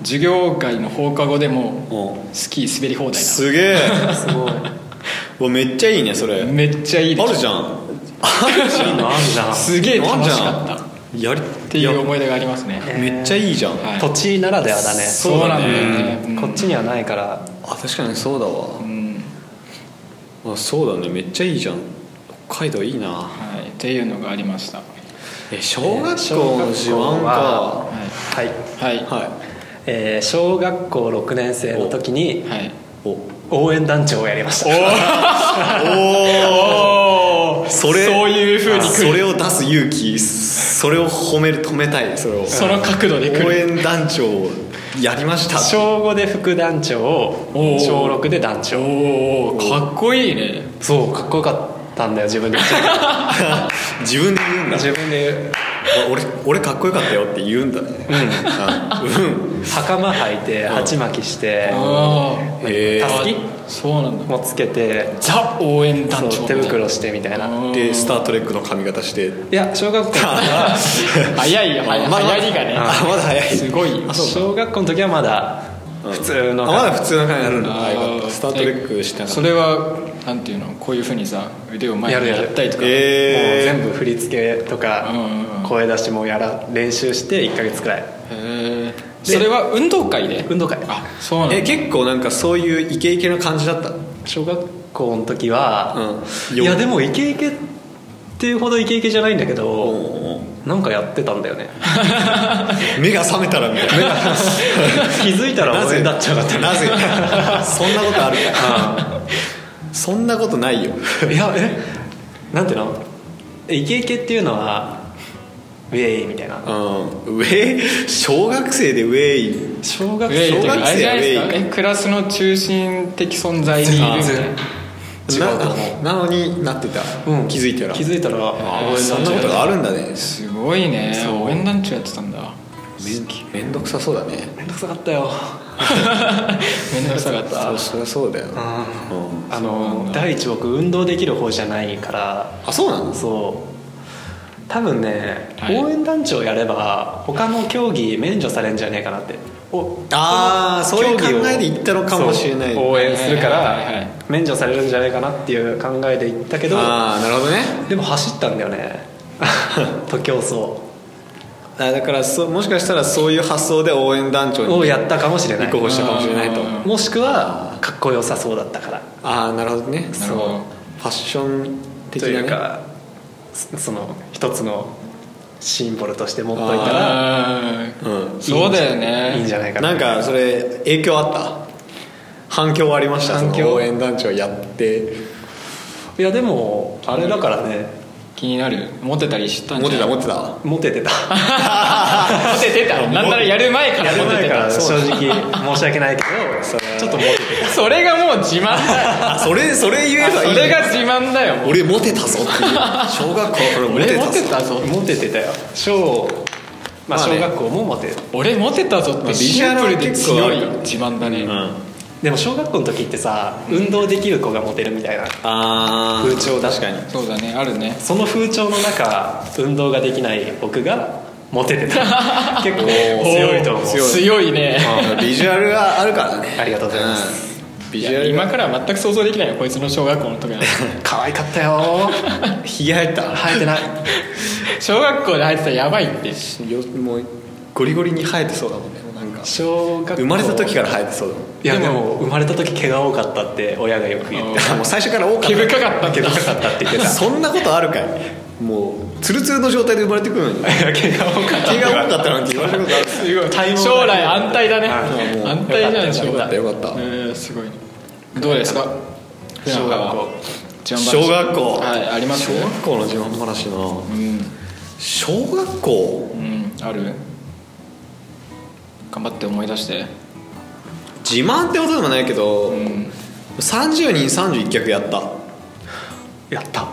Speaker 2: 授業外の放課後でも
Speaker 1: んうん
Speaker 2: スキー滑り放題
Speaker 1: す
Speaker 2: <laughs>
Speaker 1: げえ
Speaker 3: すご
Speaker 1: <laughs>
Speaker 3: いいい
Speaker 1: わめっちゃいいねそれ
Speaker 2: なめっちゃいいで
Speaker 1: あ
Speaker 2: しょ
Speaker 1: るじゃん
Speaker 3: のあるな
Speaker 2: すげえ楽しかった
Speaker 1: あ
Speaker 2: っ
Speaker 1: るじゃんやり
Speaker 2: ていう思い出がありますね
Speaker 1: いやめっちゃいいじゃん、
Speaker 2: はい
Speaker 3: 土地ならではだね
Speaker 1: そうだね
Speaker 2: うん
Speaker 3: こっちにはないから
Speaker 1: あ確かにそうだわ
Speaker 2: うん
Speaker 1: あそうだねめっちゃいいじゃん北海道いいな
Speaker 2: はい、っていうのがありましたは
Speaker 1: え小学校の自慢か、
Speaker 3: はい、
Speaker 2: いはい
Speaker 1: はい
Speaker 3: えー小学校6年生の時に
Speaker 2: はい
Speaker 1: おお
Speaker 3: 応援団長をやりました
Speaker 2: <laughs>
Speaker 1: おそれ
Speaker 2: そういう風に来る
Speaker 1: それを出す勇気それを褒める止めたいそれを
Speaker 2: その角度で来
Speaker 1: 応
Speaker 2: る
Speaker 1: 援団長をやりました
Speaker 3: 小5で副団長を
Speaker 2: おー
Speaker 3: 小6で団長
Speaker 2: おおかっこいいね
Speaker 3: そうかっこよかったんだよ自
Speaker 2: <laughs>
Speaker 3: 分で
Speaker 1: 自分で言うんだ
Speaker 3: 自分で
Speaker 1: あ <laughs> 俺俺かっこよかったよって言うんだねうん、うん、
Speaker 3: 袴履いて鉢巻きして
Speaker 2: あ
Speaker 1: へえ
Speaker 3: たすき
Speaker 2: あそうなんだ
Speaker 3: もつけて
Speaker 2: ザ応援団
Speaker 3: そ
Speaker 2: 長
Speaker 3: う手袋してみたいな
Speaker 1: で「スター・トレック」の髪型して
Speaker 3: いや小学校の時
Speaker 2: <laughs>
Speaker 3: は
Speaker 2: 早いよ
Speaker 1: あ
Speaker 2: 早い
Speaker 1: まだ
Speaker 2: 流行りがね
Speaker 1: あまだ早い
Speaker 2: すごいよ
Speaker 3: 小学校の時はまだ普通の
Speaker 1: あまだ普通の髪になるんだあ
Speaker 2: あ
Speaker 1: よかった
Speaker 2: ー
Speaker 1: スター・トレックしてなか
Speaker 2: そ
Speaker 1: っ
Speaker 2: れはなんていうのこういうふうにさ腕を前に
Speaker 3: やるやる
Speaker 2: やったりと
Speaker 1: た
Speaker 2: か
Speaker 1: え
Speaker 3: もう全部振り付けとか
Speaker 2: うんうんうん
Speaker 3: 声出しもやら練習して1か月くらい
Speaker 2: へーそれは運動会で
Speaker 3: 運動会
Speaker 2: あそうなんだ
Speaker 1: え結構なんかそういうイケイケな感じだった
Speaker 3: 小学校の時は、
Speaker 1: うん
Speaker 3: いやでもイケイケっていうほどイケイケじゃないんだけど、なんかやってたんだよね <laughs>
Speaker 1: 目が覚めたらみたいな
Speaker 3: 気づい
Speaker 1: <laughs>
Speaker 3: たら応援団長だった
Speaker 1: なぜそんなことある
Speaker 3: あ
Speaker 1: かそんなことないよ
Speaker 3: あいやえなんていうのイケイケっていうのはウェイみたいな
Speaker 1: うん上小学生でウェイ
Speaker 3: 小学
Speaker 2: ウェイ
Speaker 3: 生
Speaker 2: っ
Speaker 1: 小
Speaker 2: て
Speaker 1: 学
Speaker 2: あれじゃないです
Speaker 1: ウ
Speaker 2: か
Speaker 1: ェイ
Speaker 2: えクラスの中心的存在にいる
Speaker 1: 全
Speaker 2: ね
Speaker 1: 然
Speaker 3: 違う
Speaker 1: な
Speaker 3: と思
Speaker 1: なのになってた、
Speaker 3: うん
Speaker 1: 気づいたら
Speaker 3: 気づいたら
Speaker 1: あ
Speaker 3: 応
Speaker 1: ー
Speaker 3: 援
Speaker 1: そん
Speaker 3: 団
Speaker 1: な
Speaker 3: 長
Speaker 1: ことがあるんだね
Speaker 2: すごいね
Speaker 3: そう
Speaker 2: 応援団長やってたんだ
Speaker 1: めんめんどくさそうだね
Speaker 3: めんどくさかったよ
Speaker 2: めんどくさかっ
Speaker 1: そ
Speaker 2: た
Speaker 1: うそりゃそうだよ、うん、
Speaker 3: あ
Speaker 2: そうな
Speaker 3: の
Speaker 2: んだ
Speaker 3: 第一僕運動できる方じゃないから
Speaker 1: あそうなの
Speaker 3: そう多分ね、
Speaker 2: はい
Speaker 3: 応援団長やれば他の競技免除されんじゃねえかなってお
Speaker 1: あーそういう
Speaker 3: 競技を
Speaker 1: 考えで行ったのかもしれない
Speaker 3: そう応援するか
Speaker 2: はいはいはいはい
Speaker 3: ら免除されるんじゃないかなっていう考えで行ったけど
Speaker 1: ああなるほどね
Speaker 3: でも走ったんだよね <laughs> 徒競走
Speaker 1: あだからそうもしかしたらそういう発想で応援団長に
Speaker 3: をやったかもしれない
Speaker 1: 立候補したかもしれないと
Speaker 2: うん
Speaker 3: もしくはかっこよさそうだったから
Speaker 1: ああなるほどね
Speaker 2: なるほど
Speaker 1: ファッション的
Speaker 3: と
Speaker 1: な、
Speaker 3: い
Speaker 1: ね、
Speaker 3: うかそその一つのシンボルとして持っといたら
Speaker 2: あー
Speaker 1: うん
Speaker 2: そうだよね
Speaker 3: いいんじゃないかな
Speaker 1: なんかそれ影響あった反響はありましたそ
Speaker 3: 反響
Speaker 1: の応援団長やって
Speaker 3: いやでもあれだからね
Speaker 2: 気になるモテたりしたんじ
Speaker 1: モ
Speaker 2: ゃ
Speaker 1: テた
Speaker 2: ない
Speaker 1: モテた
Speaker 3: モテてた
Speaker 2: モテてたなんならやる前からモテてた
Speaker 3: 正
Speaker 2: そう
Speaker 3: 直申し訳ないけ
Speaker 1: そ
Speaker 3: ど
Speaker 1: れ
Speaker 3: ちょっとモテて
Speaker 2: それがもう自慢だよ
Speaker 1: あそれそれ言えばいい
Speaker 2: それが自慢だよもう
Speaker 1: 俺モテたぞっていう小学校からモテ
Speaker 2: 俺
Speaker 1: た
Speaker 2: モ
Speaker 1: ぞ
Speaker 2: テたぞ
Speaker 3: たモテてたよ小まあ
Speaker 1: まあね
Speaker 3: 小学校もモテてた
Speaker 2: 俺モテたぞって
Speaker 1: ビジ
Speaker 2: シ
Speaker 1: ュア
Speaker 2: ン
Speaker 1: ル
Speaker 2: プ
Speaker 1: は
Speaker 2: ルで
Speaker 1: 結構あ
Speaker 2: 強
Speaker 1: る
Speaker 2: い
Speaker 1: から
Speaker 2: 自慢だね、
Speaker 1: うん
Speaker 3: でも小学校の時ってさ運動できる子がモテるみたいな
Speaker 1: あ
Speaker 3: 風潮だ
Speaker 1: 確かに
Speaker 2: そうだねあるね
Speaker 3: その風潮の中運動ができない僕がモテてた結構強いと思う
Speaker 1: 強い
Speaker 2: 強いね
Speaker 1: ビジュアルがあるからね
Speaker 3: ありがとうございます、
Speaker 1: うんビ
Speaker 2: い
Speaker 1: ジュア
Speaker 2: や
Speaker 1: ル
Speaker 2: 今
Speaker 1: が
Speaker 2: からは全く想像できないよこいつの小学校の時 <laughs> の
Speaker 3: 可愛かったよ
Speaker 1: ひげ生えた
Speaker 3: 生えてない
Speaker 2: 小学校で入ってたらやばいって
Speaker 1: よもうゴリゴリに生えてそうだもんねなんか
Speaker 3: 小学校
Speaker 1: 生まれた時から生えてそうだもん
Speaker 3: いやでも生まれた時毛が多かったって親がよく言って
Speaker 1: あもう最初から多かった
Speaker 2: 毛深かったん
Speaker 3: 毛
Speaker 2: だ
Speaker 3: 深かったって言って
Speaker 1: <laughs>
Speaker 3: た
Speaker 1: そんなことあるかいもうツルツルの状態で生まれてくるの <laughs> に
Speaker 3: 毛が多かった
Speaker 1: 毛が多かったなんて言われたことある
Speaker 2: すごい
Speaker 3: 体毛が
Speaker 2: 将来安泰だね
Speaker 3: あ
Speaker 1: もう
Speaker 2: 安泰じゃん将
Speaker 1: よかった
Speaker 2: 来
Speaker 1: よかった
Speaker 2: えーすごいねどうですか
Speaker 3: 小学校
Speaker 2: 自慢話
Speaker 1: 小学校
Speaker 2: はいあります
Speaker 1: 小学校の自慢話な
Speaker 2: うん
Speaker 1: 小学校
Speaker 2: うんある頑張って思い出して
Speaker 1: 自慢ってことでもないけど、
Speaker 2: うん
Speaker 1: 30人31脚やった
Speaker 3: やった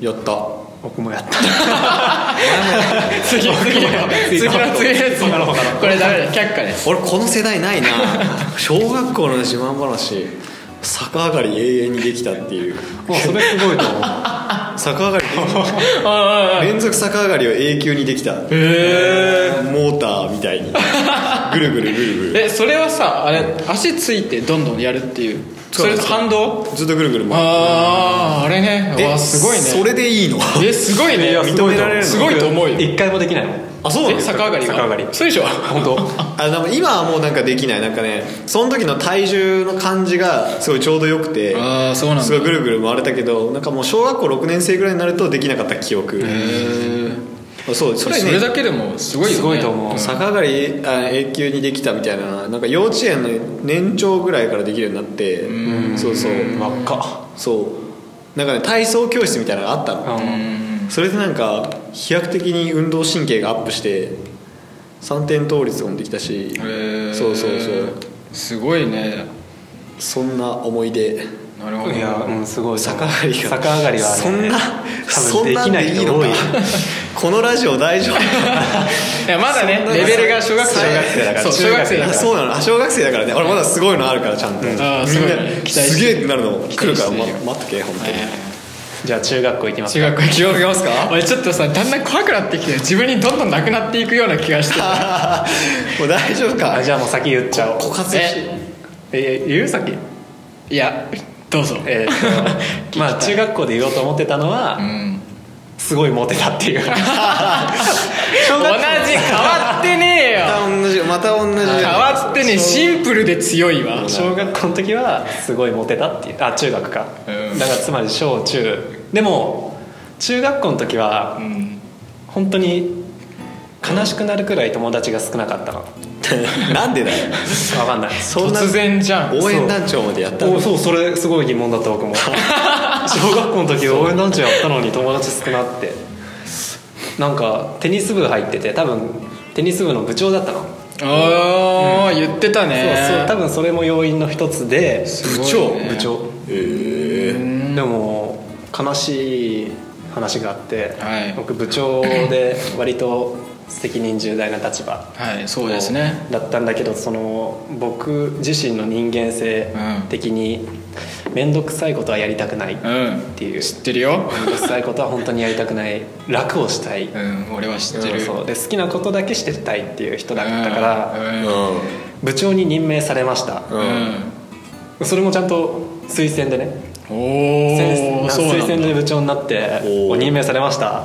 Speaker 1: やった
Speaker 3: 僕もやった
Speaker 2: <laughs> 次次次
Speaker 1: 次
Speaker 2: の次のやつ
Speaker 3: 他の他の
Speaker 2: これダメだ却下です
Speaker 1: 俺この世代ないな小学校の自慢話逆上がり永遠にできたっていう
Speaker 3: もうそれすごいと思う
Speaker 1: 逆上がりできた連続逆上がりを永久にできたモ
Speaker 2: へ
Speaker 1: ーターみたいにぐるぐるぐるぐる
Speaker 2: えそれはさあれ足ついてどんどんやるっていうそ
Speaker 1: そう
Speaker 2: れ
Speaker 1: です
Speaker 2: 反動
Speaker 1: ずっとぐるぐる回る
Speaker 2: あああれね
Speaker 1: え
Speaker 2: わあすごいね
Speaker 1: それでいいの
Speaker 2: えすごいね
Speaker 3: いやすごいと思う
Speaker 2: すごいと思うよ
Speaker 3: 一回もできないもん
Speaker 1: あそうな
Speaker 2: え
Speaker 1: の
Speaker 2: 逆上がりが
Speaker 3: 逆上がり
Speaker 2: そうでしょ
Speaker 3: 本当
Speaker 1: あでも今はもうなんかできないなんかねその時の体重の感じがすごいちょうどよくて
Speaker 2: <laughs> ああそうなん
Speaker 1: す
Speaker 2: だ
Speaker 1: ごいぐるぐる回れたけどなんかもう小学校6年生ぐらいになるとできなかった記憶
Speaker 2: へ
Speaker 1: あそうそ
Speaker 2: そ
Speaker 1: れ,、
Speaker 2: れ
Speaker 1: ね、
Speaker 2: それだけでもすごいよね
Speaker 3: すごいと思う
Speaker 1: 逆上がりあ永久にできたみたいななんか幼稚園の年長ぐらいからできるようになってそうそう
Speaker 3: 真っ赤
Speaker 1: そうなんかね体操教室みたいなのがあったの
Speaker 2: うん
Speaker 1: それでなんか飛躍的に運動神経がアップして3点倒立もできたし
Speaker 2: へー
Speaker 1: そうそうそう
Speaker 2: すごいね
Speaker 1: そんな思い出
Speaker 2: なるほ
Speaker 3: う
Speaker 2: ど
Speaker 3: んいやうんすごいと思
Speaker 1: 逆
Speaker 3: う
Speaker 1: 上がりが
Speaker 3: 逆上がりはね
Speaker 1: そんな
Speaker 3: 多
Speaker 1: そん
Speaker 3: 分で
Speaker 1: なん
Speaker 3: きな
Speaker 1: で
Speaker 3: い
Speaker 1: いい
Speaker 3: 人
Speaker 1: の
Speaker 3: 多
Speaker 1: か
Speaker 3: い
Speaker 1: このラジオ大丈夫
Speaker 2: いやまだねレベルが小学生
Speaker 1: 小学生だから
Speaker 2: そう小学生だか
Speaker 1: あ
Speaker 2: ら
Speaker 1: そうなのあ小学生だからね俺まだすごいのあるからちゃんと、みん
Speaker 2: あ
Speaker 1: な
Speaker 2: ーすごいね期待し
Speaker 1: す
Speaker 2: て
Speaker 1: げえってなるの
Speaker 2: 期
Speaker 1: 来る
Speaker 2: 待
Speaker 1: か
Speaker 2: し
Speaker 1: ら
Speaker 2: てるよ
Speaker 1: ま待っとけ本当に、
Speaker 3: じゃあ中学校行きます
Speaker 2: 中
Speaker 3: か
Speaker 2: 学校行き
Speaker 1: 行きますか
Speaker 2: 俺ちょっとさだんだん怖くなってきて自分にどんどんなくなっていくような気がし
Speaker 1: <laughs>
Speaker 2: て
Speaker 1: もう大丈夫か
Speaker 3: あじゃあもう先言っちゃおう
Speaker 1: 枯渇し
Speaker 2: え
Speaker 3: え言う先
Speaker 2: いやどうぞ
Speaker 3: えーとまあ中学校で言おうと思ってたのは、
Speaker 2: うん
Speaker 3: すごいモテたっていう
Speaker 2: 同じ変わってねえよ
Speaker 1: また同じまた同じ
Speaker 2: 変わってねえシンプルで強いわ
Speaker 3: 小学校の時はすごいモテたっていうあ中学か、
Speaker 2: うん
Speaker 3: だからつまり小中でも中学校の時は
Speaker 2: うん
Speaker 3: 本当に悲しくなるくらい友達が少なかったの
Speaker 1: なんでだよ
Speaker 3: 分かんない
Speaker 1: そんな
Speaker 2: 突然じゃん
Speaker 1: 応援団長までやったの
Speaker 3: おそうそれすごい疑問だった僕も <laughs> 小学校の時応援団長やったのに友達少なってなんかテニス部入ってて多分テニス部の部長だったの、
Speaker 2: ああ言ってたね
Speaker 3: そうそう多分それも要因の一つで
Speaker 2: 部
Speaker 1: 長
Speaker 3: 部長
Speaker 1: えー
Speaker 3: でも悲しい話があって、
Speaker 2: はい
Speaker 3: 僕部長で割と責任重大な立場
Speaker 2: はいそうですね
Speaker 3: だったんだけどその僕自身の人間性的に面倒くさいことはやりたくない、
Speaker 2: う
Speaker 3: 面
Speaker 2: ん
Speaker 3: ていう
Speaker 2: 知ってるよ
Speaker 3: 倒くさいことは本当にやりたくない楽をしたい、
Speaker 2: うん俺は知ってる
Speaker 3: そうで好きなことだけしてたいっていう人だったから、
Speaker 1: う
Speaker 3: 部長に任命されました、
Speaker 1: ん
Speaker 2: うん
Speaker 1: う
Speaker 2: うんん
Speaker 3: それもちゃんと推薦でね
Speaker 2: おお
Speaker 3: 先
Speaker 2: そう
Speaker 3: 推
Speaker 2: なん
Speaker 3: 薦
Speaker 2: だ
Speaker 3: で部長になって
Speaker 1: おー
Speaker 3: お任命されました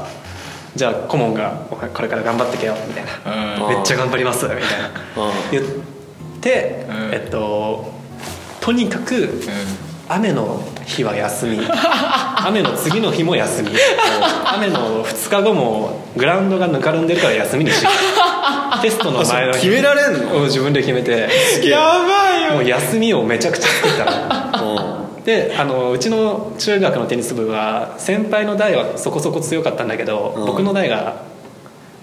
Speaker 3: じゃあ顧問がお前これから頑張ってけよみたいな
Speaker 1: うん
Speaker 3: めっちゃ頑張りますみたい
Speaker 1: う
Speaker 3: な
Speaker 1: ん
Speaker 3: 言って、
Speaker 2: うん
Speaker 3: えっととにかく雨の日は休み <laughs> 雨の次の日も休み雨の2日後もグラウンドがぬかるんでるから休みにしよう
Speaker 1: <laughs>
Speaker 3: テストの前の日
Speaker 1: あそう決められんの
Speaker 3: うん自分で決めて
Speaker 2: うんやばいよ
Speaker 3: もう休みをめちゃくちゃ作ったのであのうちの中学のテニス部は先輩の代はそこそこ強かったんだけど、
Speaker 1: うん
Speaker 3: 僕の代が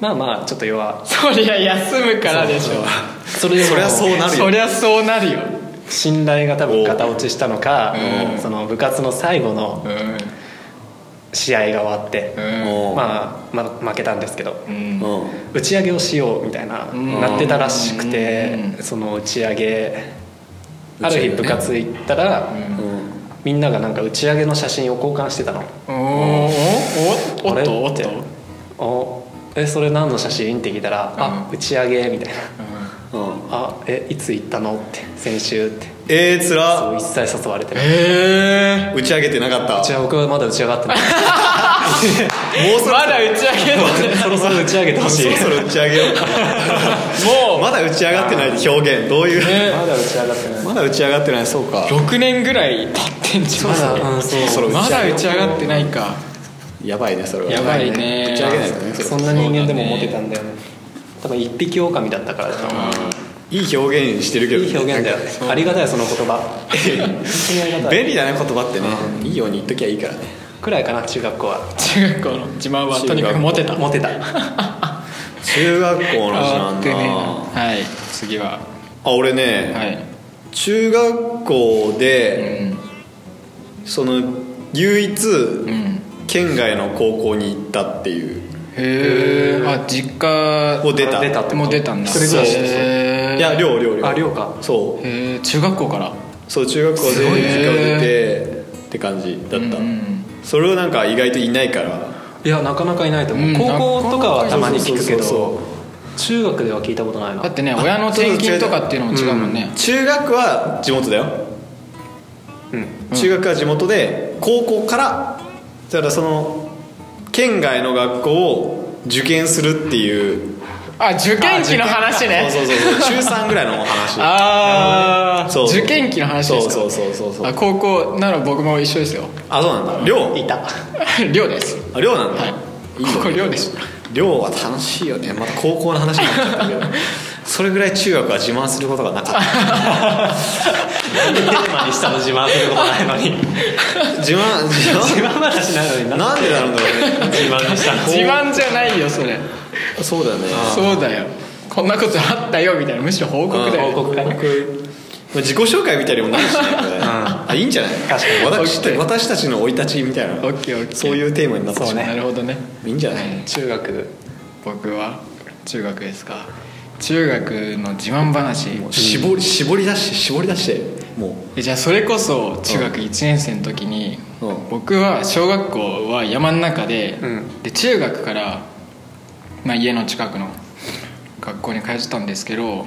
Speaker 3: まあまあちょっと弱
Speaker 2: そりゃ休むからでしょ
Speaker 3: それ
Speaker 1: そりゃそうなるよ
Speaker 2: そりゃそうなるよ
Speaker 3: 信頼が多分ガタ落ちしたのか、
Speaker 2: うん
Speaker 3: その部活の最後の
Speaker 2: う
Speaker 3: 試合が終わって、
Speaker 2: ん
Speaker 1: うん
Speaker 3: まあ、まあ負けたんですけど
Speaker 2: うん
Speaker 1: うん
Speaker 3: 打ち上げをしようみたいな、
Speaker 2: うん
Speaker 3: なってたらしくて、
Speaker 2: うん
Speaker 3: その打ち上げあ
Speaker 1: 打ち
Speaker 3: る
Speaker 1: 上げね
Speaker 3: 日部活行ったら、
Speaker 1: うん
Speaker 3: みんながなんか打ち上げの写真を交換してたの。
Speaker 2: おーおおおっとおっ
Speaker 3: あれ
Speaker 2: と
Speaker 3: ておえそれ何の写真って聞いたら「あ
Speaker 2: うん
Speaker 3: 打ち上げ」みたい
Speaker 1: う
Speaker 3: な
Speaker 1: ん
Speaker 3: 「あえいつ行ったの?」って「先週」って
Speaker 1: えー、つ
Speaker 3: そ
Speaker 1: ら
Speaker 3: う一切誘われてない
Speaker 2: へえ
Speaker 1: 打ち上げてなかった
Speaker 3: じゃあ僕はまだ打ち上がってない
Speaker 1: もうそろ
Speaker 2: まだ打ち上げの
Speaker 3: そろそろ打ち上げてほしい
Speaker 1: そろそろ打ち上げよう
Speaker 2: も
Speaker 1: まだ打ち上がってないって表現どういう、
Speaker 2: ね
Speaker 3: まだ打ち上がってない
Speaker 1: まだ打ち上がってないそうか
Speaker 2: う6年ぐらい経ってんじゃん
Speaker 3: まだうん
Speaker 1: そろそろ
Speaker 2: まだ打ち上がってないいか
Speaker 1: やばいねそれは
Speaker 2: やばいね
Speaker 1: 打ち上げないとね
Speaker 3: そ
Speaker 1: そ
Speaker 3: ん
Speaker 1: れ
Speaker 3: な人間でもモテたんだよね多分一匹狼だったからだと思
Speaker 1: いい表現してるけ
Speaker 3: う
Speaker 1: どね
Speaker 3: いい表現だよねありがたいその言葉本当にありがたい
Speaker 1: 便利だね言葉ってねいいように言っときゃいいからね
Speaker 3: くらいかな中学校は
Speaker 2: 中学校の自慢はとにかくモテた
Speaker 3: モテた
Speaker 1: 中学校の
Speaker 2: 変
Speaker 1: 時な
Speaker 2: わ
Speaker 1: ん
Speaker 2: って
Speaker 1: だ
Speaker 2: ねえなはい次は
Speaker 1: あ俺ね、
Speaker 2: はい、
Speaker 1: 中学校
Speaker 2: う
Speaker 1: で、
Speaker 2: ん
Speaker 1: その唯一
Speaker 2: うん、
Speaker 1: 県外の高校に行ったっていう
Speaker 2: へえあ実家
Speaker 1: を出た
Speaker 3: 出たってこと
Speaker 2: もう出たんだ
Speaker 3: それぐらいです
Speaker 2: へー
Speaker 1: いや寮寮寮
Speaker 3: あ寮か
Speaker 1: そう
Speaker 2: へえ中学校から
Speaker 1: そう中学校です
Speaker 2: ごいね
Speaker 1: 授業出てって感じだった、
Speaker 2: うんうん
Speaker 1: それをなんか意外といないから
Speaker 3: いやなかなかいないと思う、
Speaker 2: うん
Speaker 3: 高校とかはたまに聞くけ
Speaker 1: そうそう
Speaker 3: ど
Speaker 1: そう
Speaker 3: 中学では聞いたことないな
Speaker 2: だってね親の転勤とかっていうのも違うもんね
Speaker 1: 中学は地元だよ
Speaker 3: うん
Speaker 1: 中学は地元で高校からだからその県外の学校を受験するっていう
Speaker 2: あ受験期の話ね
Speaker 1: そうそうそう中3ぐらいのお話
Speaker 2: ああ
Speaker 1: そう
Speaker 2: 受験期の話ですか
Speaker 1: そうそうそうそうそう
Speaker 2: あ高校なら僕も一緒ですよ <laughs>
Speaker 1: あそうなんだ寮いた
Speaker 2: 寮です
Speaker 1: あ寮なんだ、
Speaker 2: はい
Speaker 1: いいよ
Speaker 2: ここ寮でし
Speaker 1: 寮は楽しいよねまた高校の話になっちゃった
Speaker 3: <laughs>
Speaker 1: けどそれぐらい中学は自慢することがなかった
Speaker 3: なんでテーマにしたの自慢することないのに
Speaker 1: 自慢自
Speaker 3: 自慢
Speaker 1: 慢
Speaker 3: 話ないのにな
Speaker 1: なんでなんだろうね
Speaker 3: 自慢にしたの
Speaker 2: 自慢じゃないよそれ
Speaker 1: そうだね
Speaker 2: そうだよこんなことあったよみたいなむしろ報告だよ
Speaker 3: 報告会
Speaker 1: まあ自己紹介みたいにもなるしねこれあいいんじゃない
Speaker 3: 確かに
Speaker 1: 私
Speaker 2: OK
Speaker 1: 私たちの生い立ちみたいな
Speaker 2: オッケーオッケー
Speaker 1: そういうテーマになってしまう
Speaker 2: なるほどね
Speaker 1: いいんじゃない
Speaker 2: は
Speaker 3: 中学
Speaker 2: 僕は中学ですか中学の自慢話
Speaker 1: 絞り絞り出して絞り出しても
Speaker 2: えじゃあそれこそ中学1年生の時に
Speaker 1: うん
Speaker 2: 僕は小学校は山の中で
Speaker 3: うん
Speaker 2: で中学から、まあ、家の近くの学校に通ってたんですけど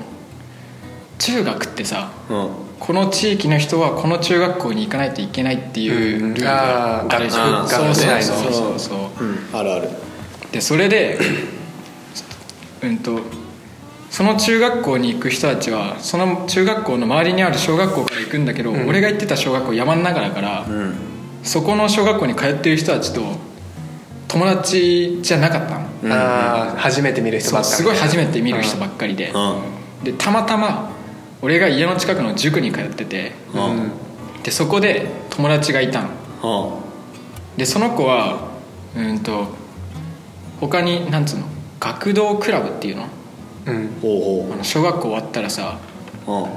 Speaker 2: 中学ってさ
Speaker 1: う、うん、
Speaker 2: この地域の人はこの中学校に行かないといけないっていうルールがあるじゃ
Speaker 1: うんん
Speaker 2: そうそう
Speaker 1: あー
Speaker 2: そ
Speaker 1: 学
Speaker 2: うそ
Speaker 1: 内
Speaker 2: う
Speaker 1: の
Speaker 2: そう
Speaker 1: うん、あるある
Speaker 2: でそれでうんとその中学校に行く人たちはその中学校の周りにある小学校から行くんだけど、俺が行ってた小学校山の中だから、
Speaker 1: うん
Speaker 2: そこの小学校に通ってる人たちと友達じゃなかったの、
Speaker 1: うん
Speaker 3: あー初めて見る人
Speaker 2: そ
Speaker 3: ば
Speaker 2: う
Speaker 3: っかり
Speaker 2: すごい初めて見る人ばっかりで、でたまたま俺が家の近くの塾に通ってて
Speaker 1: うんうん
Speaker 2: でそこで友達がいたの
Speaker 1: うん
Speaker 2: でその子はうんと他になんつうの学童クラブっていうの
Speaker 3: うん
Speaker 1: おう
Speaker 2: あの小学校終わったらさ
Speaker 1: おううん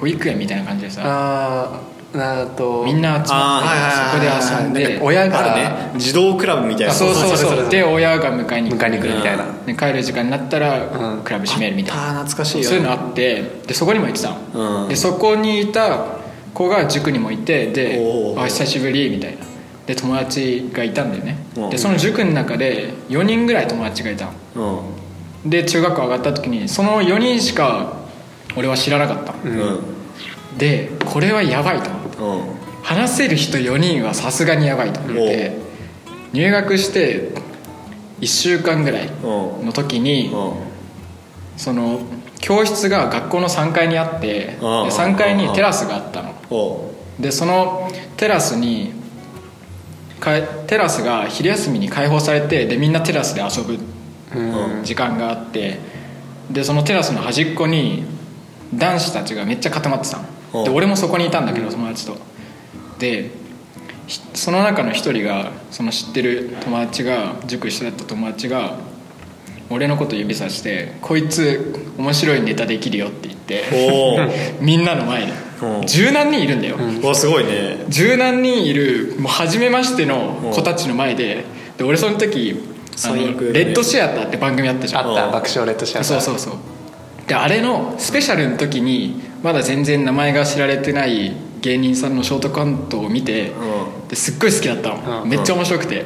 Speaker 2: 保育園みたいな感じでさ
Speaker 3: あーなーと
Speaker 2: みんな集ま
Speaker 1: あ
Speaker 2: っ
Speaker 1: ーはいはいはい
Speaker 2: てそこで遊んで
Speaker 1: なんか
Speaker 3: 親が
Speaker 1: あるね児童クラブみたいな
Speaker 2: そうそう
Speaker 3: それそれそ
Speaker 2: そう
Speaker 3: れ
Speaker 2: で親が迎えに来
Speaker 3: 迎えに来るみたいな
Speaker 1: う
Speaker 2: で帰る時間になったら
Speaker 3: うん
Speaker 2: クラブ閉めるみたいな
Speaker 1: ああ懐かし
Speaker 2: そう
Speaker 1: いよ
Speaker 2: いうのあってでそこにも行ってた
Speaker 1: う
Speaker 2: の
Speaker 1: ん
Speaker 2: でそこにいた子が塾にもいてで
Speaker 1: お
Speaker 2: 「
Speaker 1: ー
Speaker 2: あ久しぶり」みたいなで友達がいたんだよね
Speaker 1: うん
Speaker 2: でその塾の中で4人ぐらい友達がいたの
Speaker 1: うん
Speaker 2: で中学校上がった時にその4人しか俺は知らなかったの
Speaker 1: うんうん
Speaker 2: でこれはやばいと思って話せる人4人はさすがにやばいと思って入学して1週間ぐらい
Speaker 1: うん
Speaker 2: の時に
Speaker 1: うん
Speaker 2: その教室が学校の3階にあってで
Speaker 1: ああ
Speaker 2: 3階にテラスがあったの
Speaker 1: おう
Speaker 2: でそのテラスにかテラスが昼休みに開放されてでみんなテラスで遊ぶ
Speaker 3: うん
Speaker 2: 時間があってでそのテラスの端っこに男子たちがめっちゃ固まってたので
Speaker 1: うん
Speaker 2: 俺もそこにいたんだけど友達とでひその中の一人がその知ってる友達が塾一緒だった友達が俺のこと指さして「こいつ面白いネタできるよ」って言って
Speaker 1: おう
Speaker 2: <laughs> みんなの前に
Speaker 1: うん
Speaker 2: 十何人いるんだよ、
Speaker 1: うわすごいね
Speaker 2: 十何人いるもう初めましての子たちの前でで俺その時あの
Speaker 1: 最悪だね
Speaker 2: レッドシアターって番組あったじゃん
Speaker 3: あった
Speaker 1: うん
Speaker 3: 爆笑レッドシアター
Speaker 2: そうそうそうであれのスペシャルの時にまだ全然名前が知られてない芸人さんのショートコントを見て、
Speaker 1: う
Speaker 2: ですっごい好きだったの、
Speaker 3: うん
Speaker 2: めっちゃ面白くて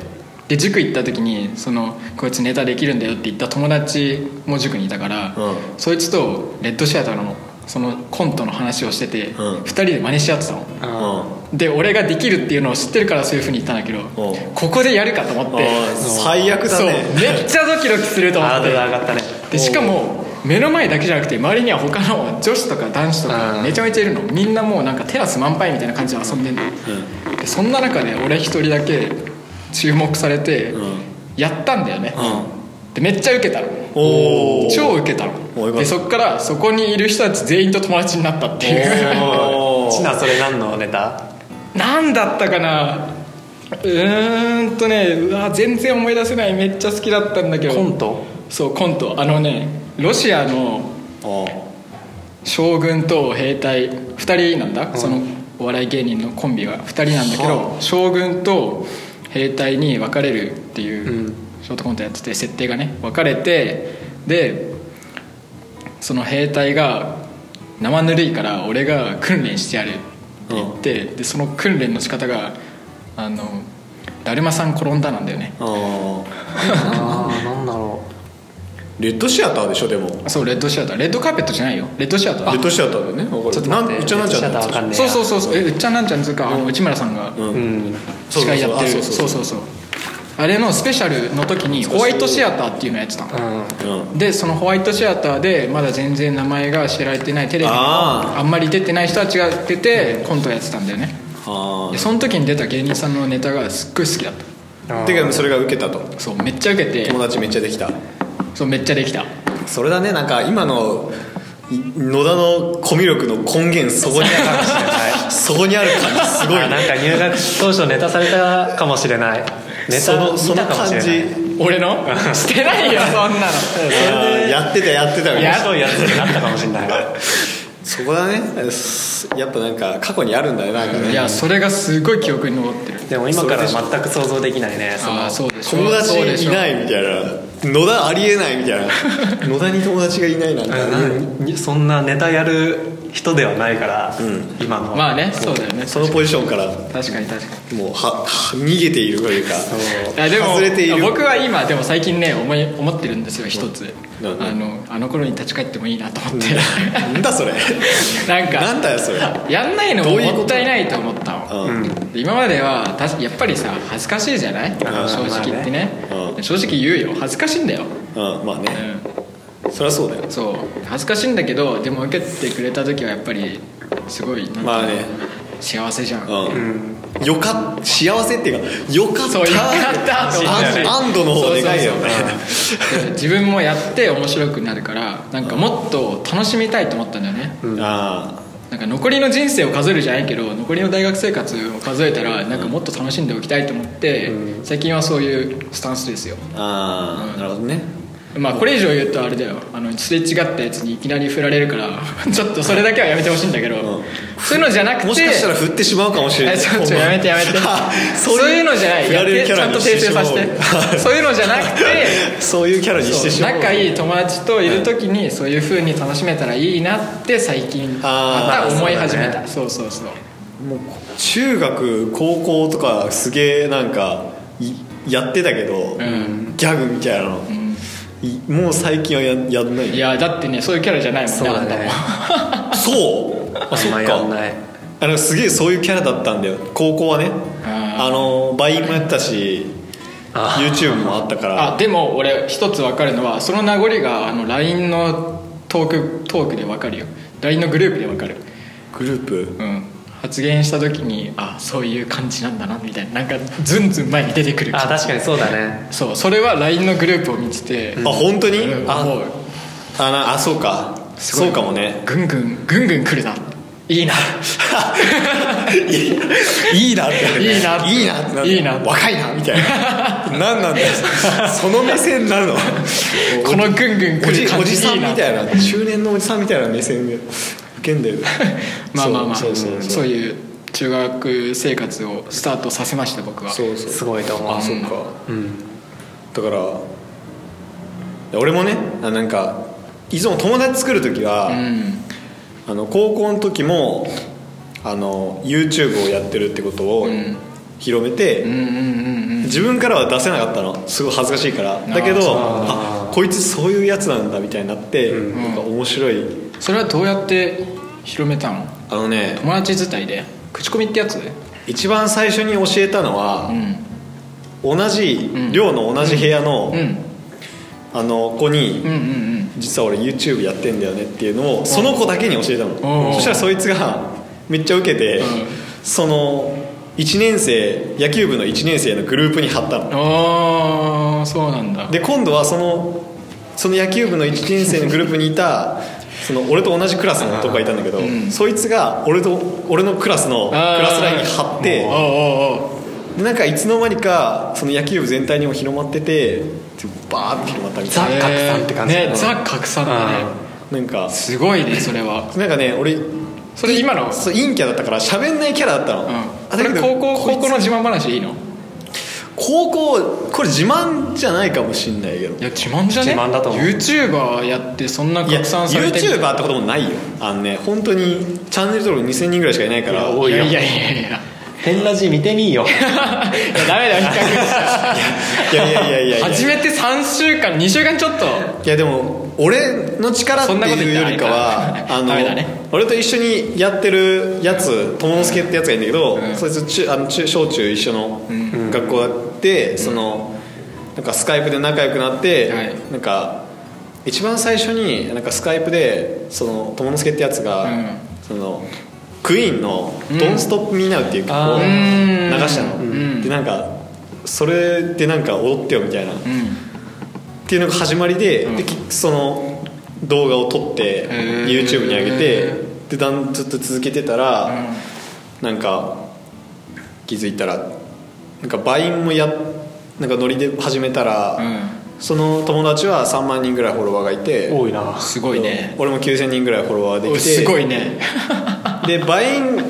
Speaker 2: で塾行った時にその「こいつネタできるんだよ」って言った友達も塾にいたから、
Speaker 1: うん
Speaker 2: そいつとレッドシアターのそのコントの話をしてて、二
Speaker 1: うん
Speaker 2: 2人で真似し合ってたの
Speaker 3: う
Speaker 1: う
Speaker 3: ん
Speaker 2: で俺ができるっていうのを知ってるからそういうふうに言ったんだけど
Speaker 1: おう
Speaker 2: ここでやるかと思
Speaker 1: ん
Speaker 2: って
Speaker 1: あー最悪だ
Speaker 2: そう
Speaker 1: ね
Speaker 2: めっちゃドキドキすると思っ
Speaker 3: ハード
Speaker 2: て
Speaker 3: ル上がったね
Speaker 2: でしかも目の前だけじゃなくて周りには他の女子とか男子と
Speaker 3: う
Speaker 2: か
Speaker 3: ん
Speaker 2: めちゃめちゃいるのみんなもうなんかテラス満杯みたいな感じで遊んでんの、でそんな中で俺一人だけ注目されて
Speaker 1: うん
Speaker 2: やったんだよね、でめっちゃウケたの
Speaker 1: おー
Speaker 2: 超ウケた
Speaker 1: おーよかっ
Speaker 2: の
Speaker 1: た
Speaker 2: でそっからそこにいる人たち全員と友達になったっていう
Speaker 1: おー
Speaker 2: <laughs>
Speaker 3: ちなそれ何のネタ
Speaker 2: 何だったかなうーんとねうわ全然思い出せないめっちゃ好きだったんだけど
Speaker 3: コント
Speaker 2: そうコントあのねロシアの
Speaker 1: あ
Speaker 2: 将軍と兵隊2人なんだ、そのお笑い芸人のコンビは2人なんだけど
Speaker 3: は
Speaker 2: 将軍と兵隊に分かれるっていううんショートコントやってて設定がね分かれてでその兵隊が生ぬるいから俺が訓練してやるって言って、でその訓練の仕方があのだるまさん転んだなんだよね
Speaker 1: ああ
Speaker 3: あーなんだろ
Speaker 1: レッドシアターでしょでもレ
Speaker 2: あそうレッドシアターレッドカーペットじゃないよレッドシアター
Speaker 1: ッドシアターだよねわかる
Speaker 3: ちょっと待って
Speaker 1: なんうちゃなんちゃ
Speaker 3: レッドシアターわかん
Speaker 1: ん
Speaker 3: ね
Speaker 2: そうそうそうそうえうっちゃんなんちゃんつうか、あの内村さんが、
Speaker 1: う
Speaker 3: ううんん
Speaker 2: 司会やってるそうそううそうあれのスペシャルの時にホワイトシアターっていうのやってたの
Speaker 3: うん
Speaker 1: うん
Speaker 2: でそのホワイトシアターでまだ全然名前が知られてないテレビの
Speaker 1: あ
Speaker 2: あんまり出てない人たちが出てコントやってたんだよね
Speaker 1: あ
Speaker 2: でその時に出た芸人さんのネタがすっごい好きだっ
Speaker 1: あて
Speaker 3: <laughs>
Speaker 1: かそれが受けたと
Speaker 2: たそうめっちゃ受けて
Speaker 1: 友達めっちゃできた
Speaker 2: そうめっちゃできた
Speaker 1: それだねなんか今のい野田のコミュ力の根源そこにある感じそこにある感じすごい
Speaker 3: あなんか入学当初ネタされたかもしれないネ
Speaker 1: そ
Speaker 3: タ
Speaker 1: のそ
Speaker 3: 見
Speaker 1: の
Speaker 3: たかも
Speaker 1: 感
Speaker 3: し
Speaker 1: じ
Speaker 3: れない
Speaker 1: <laughs>
Speaker 2: 俺のしてないよそんなの
Speaker 1: あーやってたやってたみたい
Speaker 3: 面
Speaker 1: な
Speaker 3: 白いやつになったかもしれ
Speaker 1: <laughs>
Speaker 3: ない
Speaker 1: そこだねすやっぱなんか過去にあるんだよなんかね
Speaker 2: いやそれがすごい記憶に残ってる
Speaker 3: でも今から全く想像できないねそ
Speaker 2: あ
Speaker 3: の
Speaker 2: あそうでしょ
Speaker 1: 友達
Speaker 2: そうでし
Speaker 1: い
Speaker 2: ょ
Speaker 1: ないみたいな野田ありえないみたいな野田に友達がいないなんて
Speaker 3: うんにそんなネタやる人ではないから、
Speaker 1: ん
Speaker 3: 今の
Speaker 2: まあねそうだよね
Speaker 1: そのポジションからも
Speaker 2: 確かに確かに
Speaker 1: うはは逃げているというか
Speaker 3: そう
Speaker 2: あでも
Speaker 1: 外れている
Speaker 2: 僕は今でも最近ね思い思ってるんですよ一つ
Speaker 1: なな
Speaker 2: あのあの頃に立ち返ってもいいなと思って
Speaker 1: なんだそれ
Speaker 2: <laughs> なんか
Speaker 1: なんだよそれ
Speaker 2: やんないの
Speaker 1: ど
Speaker 2: も
Speaker 1: ういうこと
Speaker 2: もったいないと思ったの
Speaker 1: うん
Speaker 2: で今まではたしやっぱりさ恥ずかしいじゃない正直言ってね,で、
Speaker 1: まあねうん
Speaker 2: 正直言うよ恥ずかしいんだよ、
Speaker 1: うんまあ
Speaker 2: う
Speaker 1: ね
Speaker 2: ん
Speaker 1: そりゃそうだよ
Speaker 2: そう恥ずかしいんだけどでも受けてくれた時はやっぱりすごいなんていうの
Speaker 1: まあね
Speaker 2: 幸せじゃん、
Speaker 1: う
Speaker 3: うんん
Speaker 1: よかっ幸せっていうかよかった
Speaker 2: そうよかったと思
Speaker 1: あ
Speaker 2: って
Speaker 1: 安堵の方でかいよね
Speaker 2: そうそうそうで自分もやって面白くなるからなんかもっと楽しみたいと思ったんだよね
Speaker 1: あ
Speaker 2: なんか残りの人生を数えるじゃないけど残りの大学生活を数えたらなんかもっと楽しんでおきたいと思って最近はそういうスタンスですよ
Speaker 1: ーあーなるほどね
Speaker 2: まあこれ以上言うとあれだよあのすれ違ったやつにいきなり振られるから <laughs> ちょっとそれだけはやめてほしいんだけど、
Speaker 1: うん
Speaker 2: そういうのじゃなくて
Speaker 1: もしかしたら振ってしまうかもしれな
Speaker 2: え
Speaker 1: い
Speaker 2: <laughs> ちょちょやめて
Speaker 1: <laughs>
Speaker 2: やめてそういうのじゃない
Speaker 1: 振られるキャ
Speaker 2: ち
Speaker 1: ラ
Speaker 2: ゃんと
Speaker 1: に
Speaker 2: 訂
Speaker 1: して
Speaker 2: 正
Speaker 1: しま
Speaker 2: さ
Speaker 1: おう
Speaker 2: せて <laughs> そういうのじゃなくて
Speaker 1: そういうキャラに <laughs> してしまおう
Speaker 2: 仲いい友達といる時にそういう風に楽しめたらいいなって最近ま
Speaker 1: あ
Speaker 2: た
Speaker 1: ー
Speaker 2: 思い始めた、
Speaker 3: まあ
Speaker 2: そうそうそう
Speaker 1: もう中学高校とかすげえなんかいやってたけど、
Speaker 2: ん
Speaker 1: ギャグみたいなの、
Speaker 2: ん
Speaker 1: いもう最近はややんない
Speaker 2: いやだってねそういうキャラじゃないもんね
Speaker 3: そうだね
Speaker 1: そうあそっ
Speaker 3: あんま
Speaker 1: か
Speaker 3: やんない
Speaker 1: あのすげえそういうキャラだったんだよ高校はね
Speaker 2: あー
Speaker 1: あのバインもやったし
Speaker 3: あ
Speaker 1: YouTube もあったか
Speaker 2: あんた
Speaker 1: ら
Speaker 2: もあでも俺一つ分かるのはその名残があの LINE のトークトークで分かるよ LINE のグループで分かる
Speaker 1: グループ
Speaker 2: うん発言した時にあそういう感じなんだなみたいななんかズンズン前に出てくる
Speaker 3: あ確かにそうだね
Speaker 2: そうそれは LINE のグループを見てて、
Speaker 1: あ本当に、
Speaker 2: うん
Speaker 1: あ
Speaker 2: もう
Speaker 1: あなあそうか
Speaker 2: すごい
Speaker 1: そうかもね
Speaker 2: ぐんぐんぐんぐん来るないいな
Speaker 1: <laughs> いいなって
Speaker 2: いいなって
Speaker 1: いいなって
Speaker 2: いいなって
Speaker 1: 若いなみたい <laughs> な何なんだよその目線なの
Speaker 2: このぐんぐん
Speaker 1: お
Speaker 2: 来
Speaker 1: じ
Speaker 2: る感
Speaker 1: お
Speaker 2: じ
Speaker 1: じさんみ
Speaker 2: い
Speaker 1: たいな中年のおじさんみたいな目線で受けんだ <laughs> よ
Speaker 2: まあまあまあ
Speaker 1: そ
Speaker 2: そうう
Speaker 1: そうそうそう
Speaker 2: いう中学生活をスタートさせました僕は
Speaker 1: そうそう
Speaker 3: すごいと思う
Speaker 1: あそうか
Speaker 3: うん
Speaker 1: だからいや俺もねあなんかいつも友達作る時は、
Speaker 2: うん
Speaker 1: あの高校の時もあの YouTube をやってるってことを
Speaker 2: うん
Speaker 1: 広めて、
Speaker 2: うんうんうん
Speaker 1: 自分からは出せなかったのすごい恥ずかしいからだけど
Speaker 2: そう
Speaker 1: あこいつそういうやつなんだみたいになって、
Speaker 3: うん
Speaker 1: なんか面白い
Speaker 2: うんそれはどうやって広めたの
Speaker 1: あのね
Speaker 2: 友達伝いで口コミってやつ
Speaker 1: 一番最初に教えたのは
Speaker 2: う、ん
Speaker 1: 同じ
Speaker 2: うん
Speaker 1: 寮の同じ部屋の、
Speaker 2: うんうん
Speaker 1: あの子に、
Speaker 2: うんうん
Speaker 1: 実は俺 YouTube やってんだよねっていうのをその子だけに教えた
Speaker 2: う
Speaker 1: の
Speaker 2: ん
Speaker 1: そしたらそいつがめっちゃウケて、
Speaker 2: うん
Speaker 1: その1年生野球部の1年生のグループに貼ったの
Speaker 2: ああそうなんだ
Speaker 1: で今度はそのその野球部の1年生のグループにいた <laughs> その俺と同じクラスの男がいたんだけど、
Speaker 2: うん
Speaker 1: そいつが俺と俺のクラスのク
Speaker 2: あー
Speaker 1: ラスラインに貼って
Speaker 2: おうおうおう
Speaker 1: でなんかいつの間にかその野球部全体にも広まっててバーって広まったみたい
Speaker 3: ザ拡散って感じだ
Speaker 2: ねね
Speaker 3: ね
Speaker 2: ザ拡散だね
Speaker 1: ななんか
Speaker 2: すごいねそれは
Speaker 1: なんかね俺
Speaker 2: それ今の
Speaker 1: そう陰キャだったから喋んないキャラだったの、
Speaker 2: うん
Speaker 1: あだ
Speaker 2: こ
Speaker 1: け
Speaker 2: れ
Speaker 1: ど
Speaker 2: 高校
Speaker 1: こいつ
Speaker 2: 高校の自慢話いいの
Speaker 1: 高校これ自慢じゃないかもしんないけど
Speaker 2: いや自慢じゃね
Speaker 3: 自慢だと思う
Speaker 2: YouTuber やってそんない
Speaker 1: や
Speaker 2: 拡散されてんだ
Speaker 1: YouTuber ってこともないよあのね本当にチャンネル登録2000人ぐらいしかいないから
Speaker 3: いや多
Speaker 2: いや
Speaker 3: よ
Speaker 2: いやいやいやいや
Speaker 3: 変ラジ見て
Speaker 1: <laughs>
Speaker 3: みーよ
Speaker 2: ダメだよ比較しちゃ
Speaker 1: いやいやいやいやいや
Speaker 2: う始めて3週間2週間ちょっと
Speaker 1: いやでも俺の力って
Speaker 2: そんなこと
Speaker 1: いう
Speaker 2: 言ったら
Speaker 1: よりか
Speaker 2: あれ
Speaker 1: は
Speaker 2: か
Speaker 1: あの
Speaker 2: ダメだね
Speaker 1: 俺と一緒にやってるやつ友之助ってやつがいるんだけど、
Speaker 2: うん
Speaker 1: そいつ中あの中小中一緒の
Speaker 2: ん
Speaker 1: 学校で、そのなんかスカイプで仲良くなって、
Speaker 2: はい
Speaker 1: なんか一番最初になんかスカイプでその友之助ってやつが、
Speaker 2: うん
Speaker 1: そのクイーンの「Don't Stop Me Now」っていう曲を
Speaker 3: あ
Speaker 1: 流
Speaker 2: ー
Speaker 1: したの、
Speaker 2: うん
Speaker 1: でなんかそれでなんか踊ってよみたいな、
Speaker 2: うん
Speaker 1: っていうのが始まりで,、
Speaker 2: うん
Speaker 1: で結局その動画を撮って
Speaker 2: ー
Speaker 1: YouTube に上げてでだんずっと続けてたら、
Speaker 2: うん
Speaker 1: なんか気づいたらなんかバインもやなんかノリで始めたら、
Speaker 2: う
Speaker 1: その友達は3万人ぐらいフォロワーがいて
Speaker 3: 多いなん
Speaker 2: すごいね
Speaker 1: 俺も9000人ぐらいフォロワーでき
Speaker 2: お
Speaker 1: て
Speaker 2: すごいね
Speaker 1: でバインがっ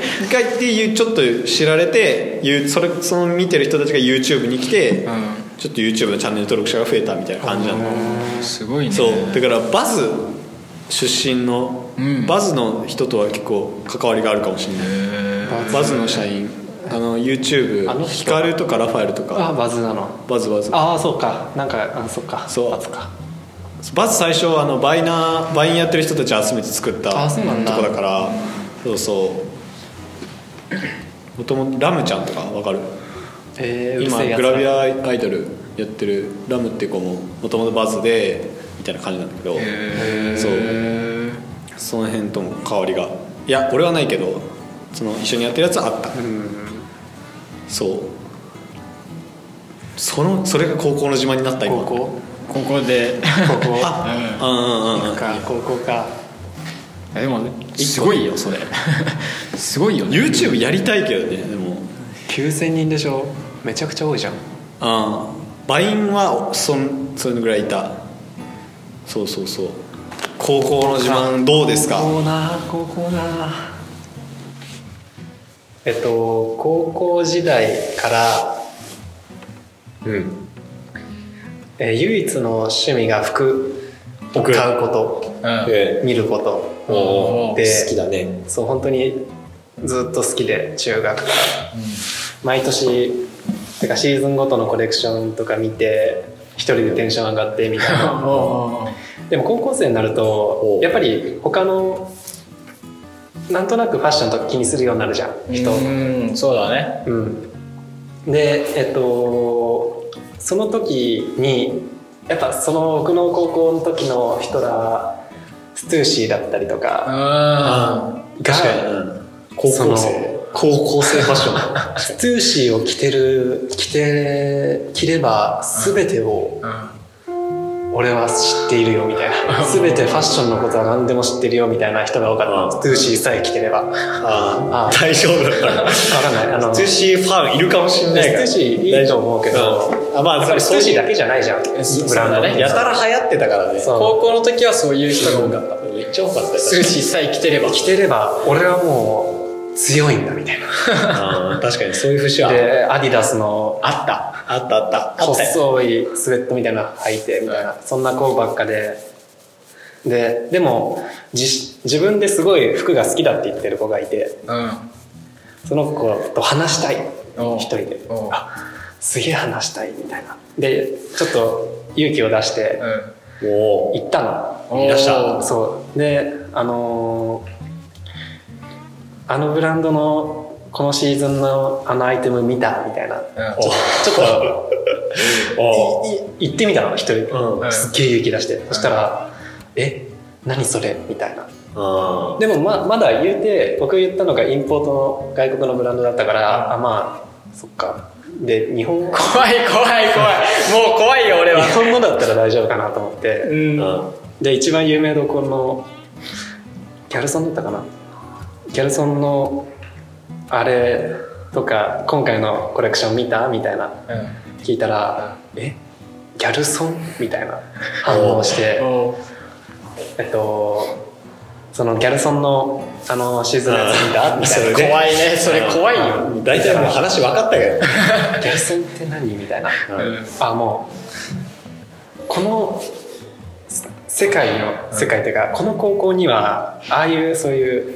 Speaker 1: ていうちょっと知られてゆそれその見てる人たちが YouTube に来て、
Speaker 2: う
Speaker 1: ちょっと YouTube のチャンネル登録者が増えたみたいな感じなの、
Speaker 2: んすごいね
Speaker 1: そうだからバズ出身の、
Speaker 2: うん
Speaker 1: バズの人とは結構関わりがあるかもしれない、
Speaker 2: へ
Speaker 1: バズの社員あの YouTube
Speaker 3: あの人
Speaker 1: ヒカルとかラファエルと
Speaker 3: あ
Speaker 1: か
Speaker 3: バズなの
Speaker 1: バズバズ
Speaker 3: ああそうかなんかあそっか
Speaker 1: そう
Speaker 3: バズか
Speaker 1: バズ最初はあのバイナーバインやってる人たち集めて作った
Speaker 3: あそうなんだ
Speaker 1: とこだからそうそうもともラムちゃんとかわかる
Speaker 3: えー、うる
Speaker 1: 今
Speaker 3: せえや
Speaker 1: グ
Speaker 3: つ
Speaker 1: ラ
Speaker 3: だ
Speaker 1: ビアアイドルやってるラムって子ももともとバズでみたいな感じなんだけど
Speaker 2: え
Speaker 1: そうその辺とも香りがいや俺はないけどその一緒にやってるやつはあったそうそのそれが高校の自慢になった今
Speaker 3: 高校
Speaker 2: ここで
Speaker 1: <laughs>
Speaker 3: 高校
Speaker 1: あうんうんうんうん
Speaker 3: か高校か
Speaker 2: でもすごいよそれすごいよね
Speaker 1: YouTube やりたいけどねでも
Speaker 3: 9000人でしょめちゃくちゃ多いじゃん
Speaker 1: あバインはそんそれぐらいいたそうそうそう高校の自慢どうですか
Speaker 3: 高校な高校なえっと高校時代からうん、えー唯一の趣味が服を買うこと
Speaker 2: うん
Speaker 1: え
Speaker 3: 見ること
Speaker 1: えおー
Speaker 3: で
Speaker 1: 好きだね
Speaker 3: そう本当にずっと好きで中学から毎年てかシーズンごとのコレクションとか見て一人でテンション上がってみたいなでも高校生になるとやっぱり他のなんとなくファッションとか気にするようになるじゃん人
Speaker 2: うんそうだね
Speaker 3: うん、でえっとその時にやっぱその僕の高校の時の人らストゥーシーだったりとか
Speaker 2: あ
Speaker 3: が
Speaker 1: 確かに、うん高
Speaker 3: そ
Speaker 1: 校
Speaker 3: の
Speaker 1: 生
Speaker 3: 高校生ファッションストゥーシーを着てる着て着れば全てを
Speaker 2: あ
Speaker 3: 俺は知っているよみたい <laughs> な全てファッションのことは何でも知ってるよみたいな人が多かった
Speaker 1: うん
Speaker 3: ストゥーシーさえ着てれば分
Speaker 1: ああ
Speaker 3: あ
Speaker 1: 大丈夫だから
Speaker 3: かんないあ
Speaker 1: <laughs>
Speaker 3: の
Speaker 1: ステューシーファンいるかもしれないから
Speaker 3: ステューシーいいと思うけど
Speaker 1: うんあまあ
Speaker 3: やっ
Speaker 1: それ
Speaker 3: ぱりス
Speaker 1: そ
Speaker 3: トゥ
Speaker 1: う
Speaker 3: ーシ
Speaker 1: し
Speaker 3: ーだけじゃないじゃんブ
Speaker 2: そう
Speaker 3: ランド
Speaker 2: そうだね
Speaker 1: やたら流行ってたからね
Speaker 3: そう
Speaker 2: 高校の時はそういう人が多かった
Speaker 1: めっちゃ多かったよ
Speaker 2: スーシーさえ着てれば
Speaker 3: 着てれば俺はもう強いんだみたい
Speaker 1: あー確かにそういう節
Speaker 3: な
Speaker 1: は
Speaker 3: でアディダスのあった
Speaker 1: あったあったあったよ
Speaker 3: 細いスウェットみたいなの履いてみたいなそんな子ばっかでででも自自分ですごい服が好きだって言ってる子がいて
Speaker 2: う
Speaker 3: その子と話したい
Speaker 2: おう
Speaker 3: 一人で
Speaker 2: おう
Speaker 3: あすげえ話したいみたいなでちょっと勇気を出して
Speaker 2: ん
Speaker 1: おー
Speaker 3: 行ったの
Speaker 2: おーいらっしゃ
Speaker 3: そうであのーあのブランドのこのシーズンのあのアイテム見たみたいな
Speaker 2: お
Speaker 3: ちょっ
Speaker 2: <laughs>
Speaker 3: と
Speaker 1: おー
Speaker 3: いい行ってみたの一人で、
Speaker 1: うん
Speaker 2: うん
Speaker 3: すっげえ勇気出して、そしたら「え何それ?」みたいな
Speaker 1: あ
Speaker 3: でもままだ言うて僕言ったのがインポートの外国のブランドだったから、あまあそっかで日本
Speaker 2: 怖い怖い怖いもう怖いよ俺は
Speaker 3: 日本のだったら大丈夫かなと思って、
Speaker 2: ん
Speaker 1: ー
Speaker 2: う
Speaker 1: うん
Speaker 3: で一番有名どころのギャルソンだったかなギャルソンのあれとか今回のコレクション見たみたいな
Speaker 2: う
Speaker 3: 聞いたら「えギャルソン?」みたいな反応をして
Speaker 2: ん、お
Speaker 3: えっとそのギャルソンのあのシーズンのやつ見たみたいな
Speaker 1: 怖いねそれ怖い
Speaker 3: うん
Speaker 1: よ大体もう話分かったけど
Speaker 3: ギャルソンって何みたいな、
Speaker 2: ん
Speaker 3: あもうこの世界の世界というか、この高校にはああいうそういう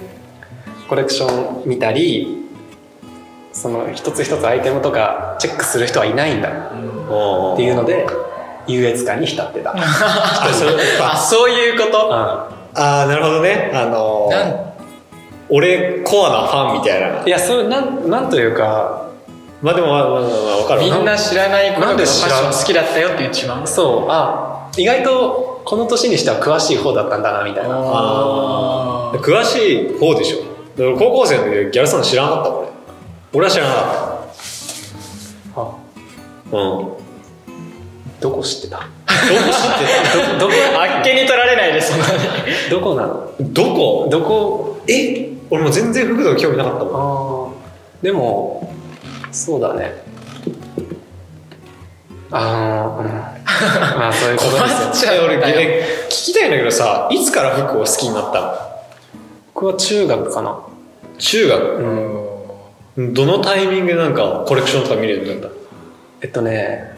Speaker 3: コレクション見たりその一つ一つアイテムとかチェックする人はいないんだっていうので優越感に浸ってた、うん、
Speaker 1: あそう
Speaker 2: あそういうこと
Speaker 1: あーなるほどねあの
Speaker 2: な
Speaker 1: ー
Speaker 2: ん
Speaker 1: 俺コアなファンみたいない
Speaker 3: やそうなんなんというか
Speaker 1: まあでもまあまあまあまあ分かる
Speaker 2: み
Speaker 1: わ
Speaker 2: んな知らない頃
Speaker 3: な
Speaker 2: の
Speaker 3: ん
Speaker 2: ファッ
Speaker 3: で
Speaker 2: シ
Speaker 3: 知らん
Speaker 2: ョン好きだったよって言っちまう
Speaker 3: そうあ意外とこの年にしては詳しい方だったんだなみたいな
Speaker 1: あー詳しい方でしょだから高校生の時ギャルソン知らなかったもん俺俺は知らなかっ
Speaker 3: あ
Speaker 1: <laughs> たうん
Speaker 3: どこ知ってた
Speaker 1: どこ知って
Speaker 3: どこ
Speaker 2: あっけに取られないですもんね
Speaker 3: どこなの
Speaker 1: たどこ
Speaker 3: どこ
Speaker 1: え俺もう全然服とか興味なかったもん
Speaker 3: あーでもそうだねあーうんまあそういうことです
Speaker 2: 困
Speaker 3: よ
Speaker 2: っちゃう
Speaker 1: 俺
Speaker 2: んだよ
Speaker 1: え聞きたいんだけどさいつから服を好きになった
Speaker 3: 僕は中学かな
Speaker 1: の中
Speaker 3: う
Speaker 1: 学
Speaker 3: ん
Speaker 1: どのタイミングでなんかコレクションとか見れるようになっ
Speaker 3: えっとね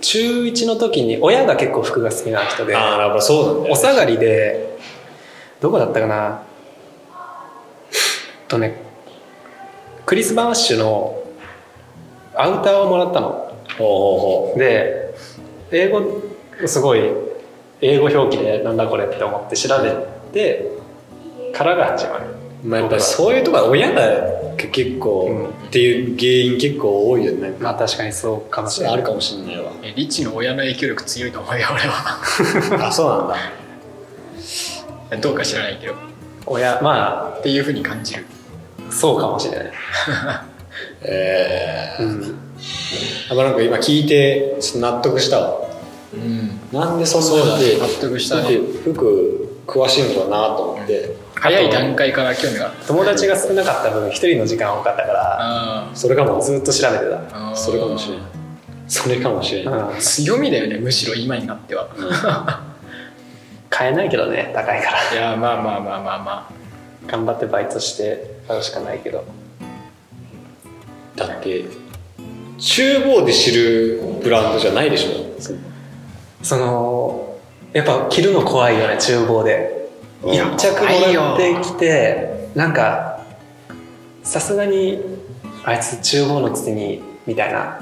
Speaker 3: 中1の時に親が結構服が好きな人で
Speaker 1: たああやっぱそうなんだ
Speaker 3: お
Speaker 1: よ
Speaker 3: 下がりでどこだったかなえっとねクリス・バーッシュのアウターをもらったの
Speaker 1: ほうほうほ
Speaker 3: で英語すごい英語表記でなんだこれって思って調べてからが始まる
Speaker 1: うまあやっぱそういうとこは親が結構、
Speaker 3: うん
Speaker 1: っていう原因結構多いよね
Speaker 3: まあ確かにそうかもし
Speaker 1: そ
Speaker 3: れ
Speaker 1: れ
Speaker 3: な
Speaker 1: あ
Speaker 3: い
Speaker 1: るかもしれないわ
Speaker 2: えリッチの親の影響力強いと思うよ俺は
Speaker 1: あそうなんだ
Speaker 2: どうか知らないけどっ
Speaker 3: 親ま
Speaker 2: ていうふうに感じる
Speaker 3: あそうかもしれない、
Speaker 1: ええ
Speaker 3: うん、
Speaker 1: ー、やっぱなんか今聞いてちょっと納得したわ
Speaker 2: うん
Speaker 1: なんでそんな
Speaker 2: そうだ
Speaker 1: に
Speaker 2: ね納得したね
Speaker 1: 服詳しいのかなと思って、
Speaker 2: 早い段階から興味があった
Speaker 3: 友達が少なかった分一人の時間多かったか
Speaker 2: あ
Speaker 1: それかも
Speaker 3: らずっと調べて
Speaker 2: あー
Speaker 1: それかもしれないそれかもしれ
Speaker 3: た、
Speaker 1: な
Speaker 3: う
Speaker 1: い、
Speaker 3: ん、
Speaker 2: 強みだよねむしろ今になっては
Speaker 3: 買えないけどね高いから
Speaker 2: いやまあまあまあまあま
Speaker 3: 頑張ってバイトして買うしかないけど
Speaker 1: だって厨房で知るブランドじゃないでしょ
Speaker 3: そのやっぱ着るの怖いよね厨房で
Speaker 1: うん
Speaker 3: 一着もらってきてなんかさすがにあいつ厨房のくせにみたいな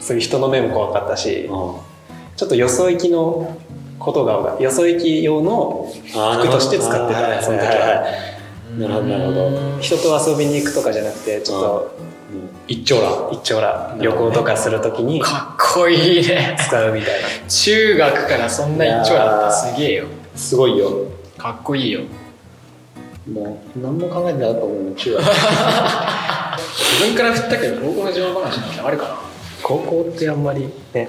Speaker 3: そういう人の目も怖かったしちょっとよそ行きのことが多かったよそ行き用の服として使ってたねその時は
Speaker 1: なるほどなるほど
Speaker 3: 人と遊びに行くとかじゃなくてちょっと
Speaker 1: 一丁羅
Speaker 3: 一丁ら旅行とかする時に
Speaker 2: あかっこいいね
Speaker 3: 使うみたいな
Speaker 2: 中学からそんな一丁だったらすげえよ
Speaker 1: すごいよ
Speaker 2: かっこいいよ
Speaker 1: もう何も考えてなかったもん中学
Speaker 2: 自分から振ったけど高校の情報話なんてあるかな
Speaker 3: 高校ってあんまりね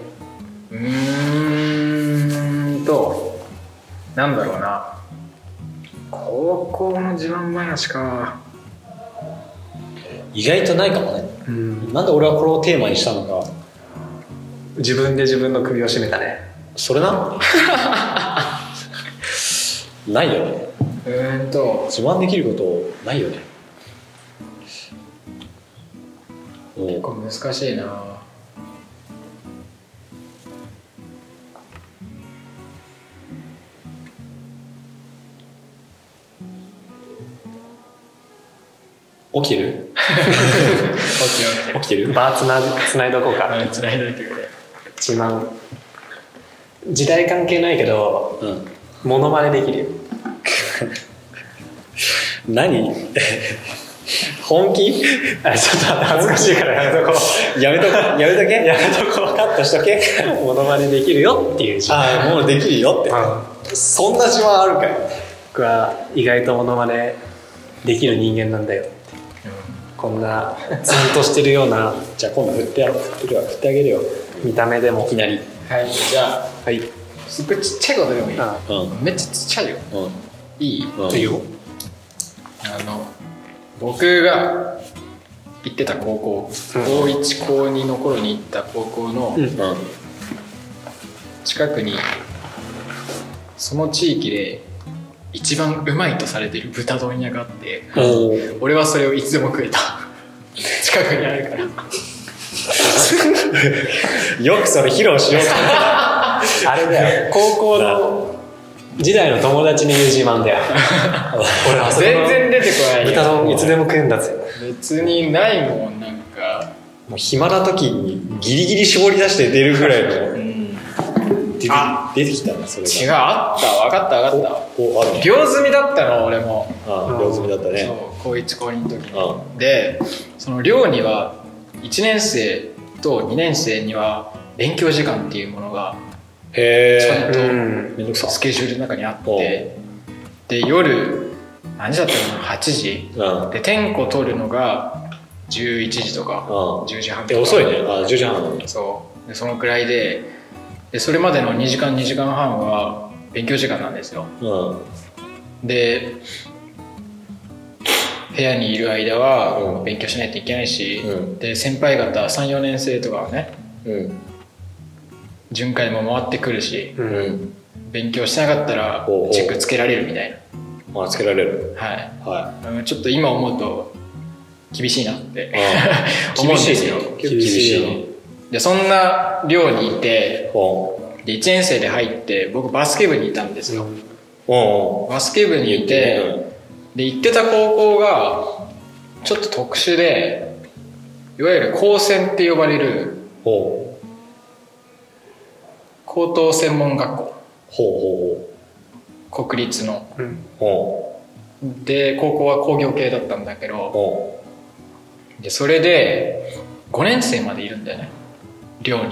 Speaker 2: うーんとなんだろうな高校の自慢話か
Speaker 1: <laughs> 意外とないかもね
Speaker 3: うん
Speaker 1: なんで俺はこれをテーマにしたのか
Speaker 3: 自分で自分の首を絞めたね
Speaker 1: それな <laughs> ないよね
Speaker 2: うーんと
Speaker 1: 自慢できることないよね
Speaker 2: 結構難しいな
Speaker 1: 起きてる起きてる
Speaker 3: バーつなつないどこうか
Speaker 2: つないどいてくれ
Speaker 3: 自慢時代関係ないけど
Speaker 1: うん
Speaker 3: モノマネできるよ
Speaker 1: 何 <laughs> 本気
Speaker 3: <laughs> あちょっと恥ずかしいからやめとこ
Speaker 1: やめとこやめとけやめとこカットしとけ
Speaker 3: う <laughs> モノマネできるよっていう自慢
Speaker 1: ああもうできるよっ
Speaker 3: うん
Speaker 1: てそんな自慢あるかよ
Speaker 3: 僕は意外とモノマネできる人間なんだよってこんなツンとしてるような <laughs>
Speaker 1: じゃあ今度振ってやろう振ってるわ振ってあげるよ
Speaker 3: 見た目でも
Speaker 1: いきなり
Speaker 2: はいじゃあ
Speaker 3: はい
Speaker 2: すっごいちっちゃいことでもいい
Speaker 3: あ
Speaker 1: うん
Speaker 2: めっちゃちっちゃいよ
Speaker 1: うん
Speaker 2: いい
Speaker 1: うん
Speaker 3: いいよ
Speaker 2: あの僕が行ってた高校、
Speaker 3: うん
Speaker 2: 高1高2の頃に行った高校の
Speaker 1: うんうん
Speaker 2: 近くにその地域で一番うまいとされてる豚丼屋があって
Speaker 1: おー
Speaker 2: 俺はそれをいつでも食えた <laughs> 近くにあるから
Speaker 1: よくそれ披露しようと思っ
Speaker 3: あれだよ高校の時代の友達に言う自慢だよ俺は
Speaker 2: 全然出てこない
Speaker 3: 豚
Speaker 2: よ
Speaker 3: 丼いつでも食えんだぜ
Speaker 2: 別にないもんなんか
Speaker 1: たもう暇な時にギリギリ絞り出して出るぐらいの出て
Speaker 2: あ
Speaker 1: 出てきたなそれが
Speaker 2: 違うあったわかったわかっ
Speaker 1: こうあ
Speaker 2: た
Speaker 1: る
Speaker 2: 秒済みだったの俺も、
Speaker 1: ああ両積みだった
Speaker 2: そう
Speaker 1: ね
Speaker 2: 高1高2の時に
Speaker 1: あ
Speaker 2: でその寮には1年生と2年生には勉強時間っていうものが
Speaker 1: へ
Speaker 2: ちゃ
Speaker 1: え
Speaker 2: んと
Speaker 3: うん
Speaker 1: めんどくさ
Speaker 2: スケジュールの中にあってで夜何時だったの8時
Speaker 1: うんあ
Speaker 2: で点呼取るのが11時とか
Speaker 1: あ
Speaker 2: 10時半と
Speaker 1: で
Speaker 2: か
Speaker 1: 遅いねあ10時半だね
Speaker 2: そうでそのくらいででそれまでの2時間2時間半は勉強時間なんですよ
Speaker 1: うん
Speaker 2: で部屋にいる間
Speaker 1: う
Speaker 2: は
Speaker 1: ん
Speaker 2: 勉強しないといけないし、
Speaker 1: うん
Speaker 2: で先輩方34年生とかはね
Speaker 1: うん
Speaker 2: 巡回も回ってくるし
Speaker 3: う
Speaker 1: うんん
Speaker 2: 勉強しなかったら
Speaker 1: おうおう
Speaker 2: チェックつけられるみたい
Speaker 1: まあつけられる
Speaker 2: なはい
Speaker 1: は
Speaker 2: うんちょっと今思うと厳しいなって
Speaker 1: いあ
Speaker 2: <laughs> 思うんですよ
Speaker 1: 厳しい
Speaker 2: でそんな寮にいて
Speaker 1: おう
Speaker 2: で1年生で入って僕バスケ部にいたんですよ
Speaker 1: おう
Speaker 2: バスケ部に
Speaker 1: 言
Speaker 2: い
Speaker 1: って
Speaker 2: てで行ってた高校がちょっと特殊でいわゆる高専って呼ばれる
Speaker 1: ほう
Speaker 2: 高等専門学
Speaker 1: ほう
Speaker 2: 校国立の
Speaker 3: うん
Speaker 1: ほうほ
Speaker 2: で高校は工業系だったんだけ
Speaker 1: う
Speaker 2: ど
Speaker 1: ほ
Speaker 2: でそれで5年生までいるんだよね寮に
Speaker 1: う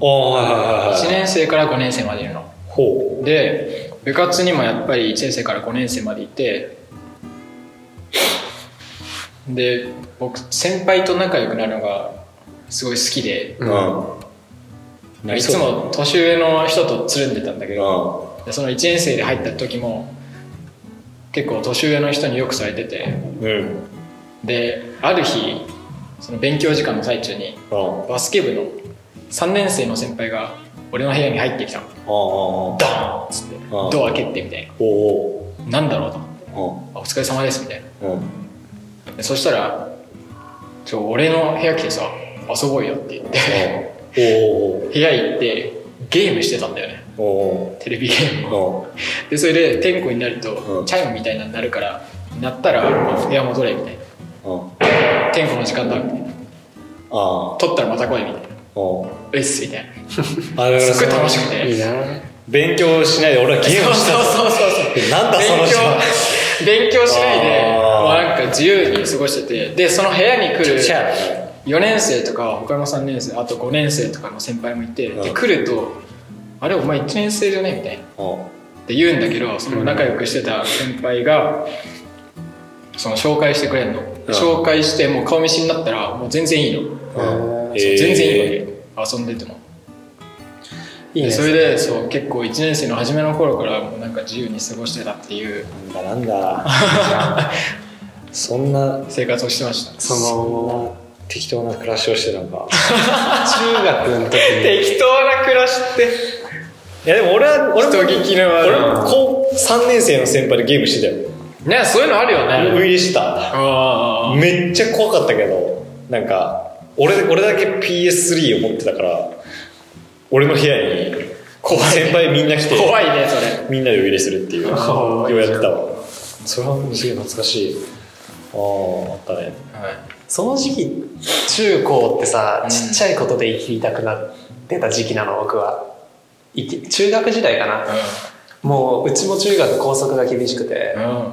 Speaker 1: おうはいはいはい
Speaker 2: 1
Speaker 1: はい
Speaker 2: 年生から5年生までいるの
Speaker 1: ほう
Speaker 2: で部活にもやっぱり1年生から5年生までいてで僕先輩と仲良くなるのがすごい好きで、
Speaker 1: うんないりそ
Speaker 2: つ
Speaker 1: うだ
Speaker 2: も年上の人とつるんでたんだけ
Speaker 1: う
Speaker 2: ど、
Speaker 1: ん
Speaker 2: でその1年生で入った時も結構年上の人によくされてて
Speaker 1: うん。
Speaker 2: である日その勉強時間の最中に
Speaker 1: ああ、
Speaker 2: バスケ部の3年生の先輩が俺の部屋に入ってきた
Speaker 1: あ
Speaker 2: の
Speaker 1: あ、あ
Speaker 2: ドーンっつって
Speaker 1: あ
Speaker 2: ドア蹴ってみたい
Speaker 1: おお。
Speaker 2: ななんだろうと思って
Speaker 1: うん。
Speaker 2: あお疲れ様ですみたい
Speaker 1: うん。
Speaker 2: なでそしたら「ちょ俺の部屋来てさ遊ぼうよ」って言って
Speaker 1: お
Speaker 2: <laughs> 部屋行ってゲームしてたんだよね
Speaker 1: お。お
Speaker 2: テレビゲームを
Speaker 1: お。
Speaker 2: でそれで点呼になると、
Speaker 1: うん
Speaker 2: チャイムみたいなのになるから鳴ったら部屋戻れみたい
Speaker 1: うん。
Speaker 2: な点呼の時間だみたいな
Speaker 1: ああ。
Speaker 2: 取ったらまた来いみたいな
Speaker 1: お
Speaker 2: うっすみたいな
Speaker 1: あ、だ
Speaker 2: すっごい楽しくて
Speaker 3: いいな
Speaker 1: 勉強しないで俺はゲームした
Speaker 2: そうそうそう
Speaker 1: ってなんだ
Speaker 2: 勉
Speaker 1: その
Speaker 2: 強
Speaker 1: 人は。
Speaker 2: 勉強しないで
Speaker 1: あー
Speaker 2: まあ、なんか自由に過ごしててでその部屋に来る
Speaker 1: じゃ
Speaker 2: 4年生とか他の3年生あと5年生とかの先輩もいて
Speaker 1: うん
Speaker 2: で来ると「あれお前1年生じゃね?」みたいなっ
Speaker 1: あ。うん。
Speaker 2: て言うんだけどその仲良くしてた先輩がその紹介してくれんの
Speaker 1: ん
Speaker 2: 紹介してもう顔見知りになったらもう全然いいのそ
Speaker 3: うん
Speaker 2: う全然いいわけ
Speaker 1: え
Speaker 2: 遊んでても
Speaker 3: いい
Speaker 2: で
Speaker 3: ね
Speaker 2: それでそう結構1年生の初めの頃からもうなんか自由に過ごしてたっていう
Speaker 1: ー。なんだなん
Speaker 3: <laughs>
Speaker 1: だ。そんな
Speaker 2: 生活をしてました
Speaker 3: その
Speaker 1: 適当な暮らしをしてなん
Speaker 3: <laughs>
Speaker 1: か。
Speaker 3: 中学の時に
Speaker 2: 適当な暮らしって
Speaker 1: いやでも俺は、俺
Speaker 2: 人
Speaker 1: も、
Speaker 2: 聞きの
Speaker 1: 俺
Speaker 2: 悪
Speaker 1: も高3年生の先輩でゲームしてたよ。
Speaker 2: いねそういうのあるよ
Speaker 1: ウ
Speaker 2: ね
Speaker 1: イイレしてた。
Speaker 2: あ
Speaker 1: めっちゃ怖かったけどなんか俺俺だけ PS3 を持ってたから俺の部屋に
Speaker 2: 怖い
Speaker 1: 先輩みんな来
Speaker 2: あ
Speaker 1: て
Speaker 2: 怖いねそれ
Speaker 1: みんなでお入れするっていうよ
Speaker 3: 怖いう
Speaker 1: やってたわそれはすげえ懐かしいあああったね
Speaker 3: その時期中高ってさちっちゃいことで生きたくなってた時期なの僕はいき中学時代かなもううちも中学校則が厳しくて
Speaker 2: うんうん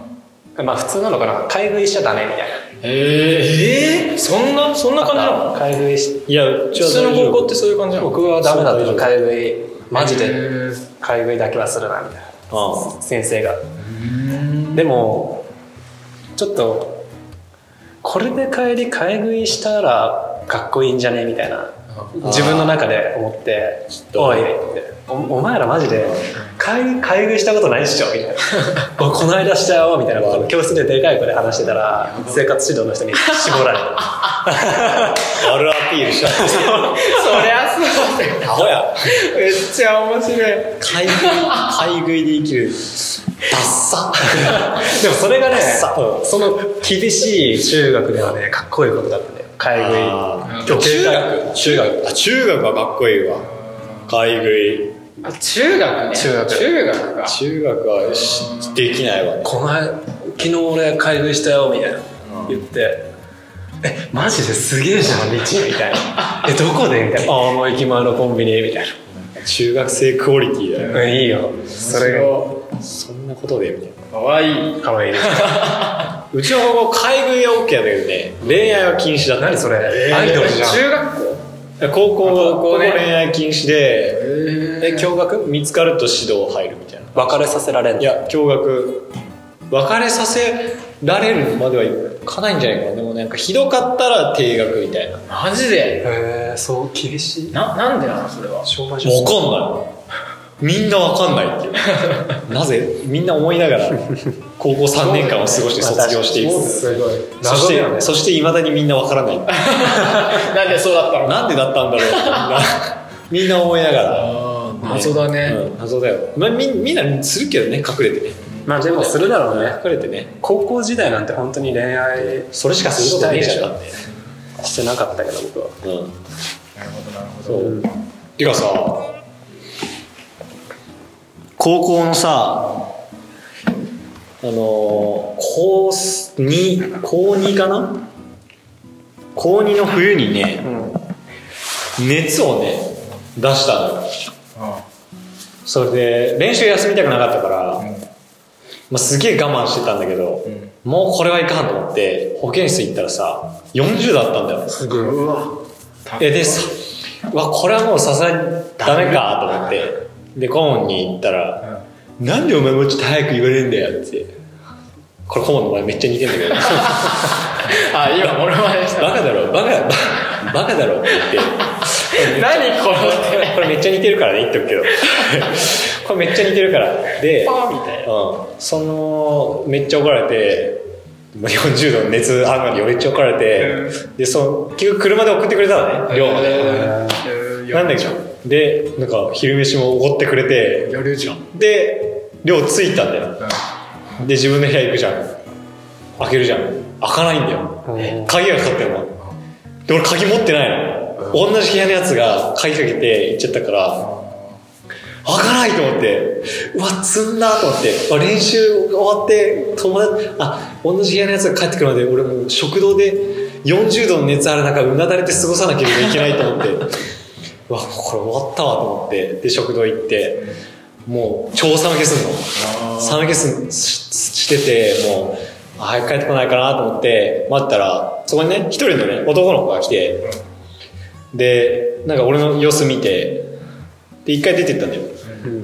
Speaker 3: まあ普通なのかな買い食いしちゃダメみたいな
Speaker 2: ええそんなそんな感じなの
Speaker 3: 買い食いし
Speaker 1: いや
Speaker 2: 普通の高校ってそういう感じなの
Speaker 3: 僕はダメだったの買い食いマジ
Speaker 2: へ
Speaker 3: で
Speaker 2: ー
Speaker 3: 買い食いだけはするなみたい
Speaker 1: あ
Speaker 3: な先生が
Speaker 2: うん
Speaker 3: でもちょっとこれで帰り買い食いしたらかっこいいんじゃねみたいな
Speaker 2: あ
Speaker 3: 自分の中で思って「おいおお前らマジで買い買い食いしたことないっしょ」みたいな「おいこの間したよ」みたいなことを教室ででかい声で話してたら生活指導の人に絞られた
Speaker 1: 悪アピールした
Speaker 2: そりゃそうだよ
Speaker 1: アホや
Speaker 2: めっちゃ面白い
Speaker 1: 買い食い買い食いで生きるダッサ
Speaker 3: <laughs> でもそれがね
Speaker 1: さ
Speaker 3: うんその厳しい中学ではねかっこいいことだったね買い食い
Speaker 1: あー
Speaker 3: 今日
Speaker 1: 中
Speaker 3: 携
Speaker 1: 学中学あ中学はかっこいいわ買い食い
Speaker 2: あ中学ね
Speaker 3: 中学
Speaker 2: 中学か
Speaker 1: 中学はしできないわね
Speaker 3: この間昨日俺買い食いしたよみたいな言って「えマジですげえじゃんリチ」みたいな <laughs> 「えどこで?」みたいな「ああもう駅前のコンビニ」みたい
Speaker 1: 中学生クオリティだよ
Speaker 3: な「うんいいよそれが
Speaker 2: が
Speaker 1: そんなことでみたいな
Speaker 2: かわいい
Speaker 3: かわいいです
Speaker 1: うちの高校買い食いは OK だけどね恋愛は禁止だった
Speaker 3: 何それ
Speaker 1: えー
Speaker 3: アイドルじゃん
Speaker 2: 中学校
Speaker 1: 高校は高
Speaker 2: 高
Speaker 1: 校
Speaker 2: 校ね
Speaker 1: 恋愛禁止で
Speaker 2: え
Speaker 1: え共学見つかると指導入るみたいな
Speaker 3: 別れさせられん
Speaker 1: いや共学別れさせられるまではいかないんじゃないかなでもなんかひどかったら定額みたいな
Speaker 2: マジで
Speaker 3: へえそう厳しい
Speaker 2: ななんでなのそれは
Speaker 3: 昭和
Speaker 1: 分
Speaker 3: 女子
Speaker 1: かんないみんな分かんないっていう <laughs> なぜみんな思いながら高校3年間を過ごして卒業していく
Speaker 3: そうすごい
Speaker 1: そ
Speaker 3: 謎
Speaker 1: し
Speaker 3: だ
Speaker 1: て
Speaker 3: よね
Speaker 1: そしていまだにみんな分 <laughs> からない
Speaker 2: なんでそうだったの
Speaker 1: なんでだったんだろ <laughs> うってみんなみんな思いながら
Speaker 2: あー謎だね、
Speaker 1: うん謎だよ、まあ、みみんなするけどね隠れてね
Speaker 3: まあでもするだろうね
Speaker 1: 隠れてね
Speaker 3: 高校時代なんて本当に恋愛
Speaker 1: それしかすることねえじゃんだって
Speaker 3: してなかったけど僕は
Speaker 1: うん
Speaker 2: なるほどなるほど
Speaker 1: そうてかさ高校のさあのー高2高2かな高2の冬にね
Speaker 3: うん
Speaker 1: 熱をね出したのよ
Speaker 2: あ
Speaker 1: それで練習休みたくなかったから、
Speaker 2: ん
Speaker 1: まあ、すげえ我慢してたんだけど、
Speaker 2: ん
Speaker 1: もうこれはいかんと思って保健室行ったらさ40だったんだよ
Speaker 3: すごいうわ
Speaker 2: ー
Speaker 1: えでさうわこれはもうさすがにダメかと思ってで顧問に行ったら「なんでお前もうちょっと早く言われるんだよ」ってこれ顧問の前めっちゃ似てんだけど <laughs>
Speaker 2: あ今モノマネした
Speaker 1: バカだろバカ <laughs> ババカだろって言って
Speaker 2: 何この
Speaker 1: これこれめっちゃ似てるからね言っとくけど <laughs> これめっちゃ似てるからで
Speaker 2: パーみたいな
Speaker 1: うん、そのめっちゃ怒られてまあ40度の熱上がりをめっちゃ怒られて、でその結局車で送ってくれたのね寮まで、なんだけどでなんか昼飯もおごってくれて
Speaker 2: やるじゃん
Speaker 1: で寮着いたんだよで自分の部屋行くじゃん開けるじゃん開かないんだよ
Speaker 3: うん
Speaker 1: 鍵がかかってるので俺鍵持ってないの同じ部屋のやつが鍵かけて行っちゃったから開かないと思ってうわ積んだと思ってあ練習終わって友達あ同じ部屋のやつが帰ってくるまで俺もう食堂で40度の熱ある中うなだれて過ごさなければいけないと思って <laughs> うわこれ終わったわと思ってで食堂行ってもう超寒気すんの寒気すししててもうあ早く帰ってこないかなと思って待ったらそこにね一人のね男の子が来てでなんか俺の様子見てで一回出てったんだよ、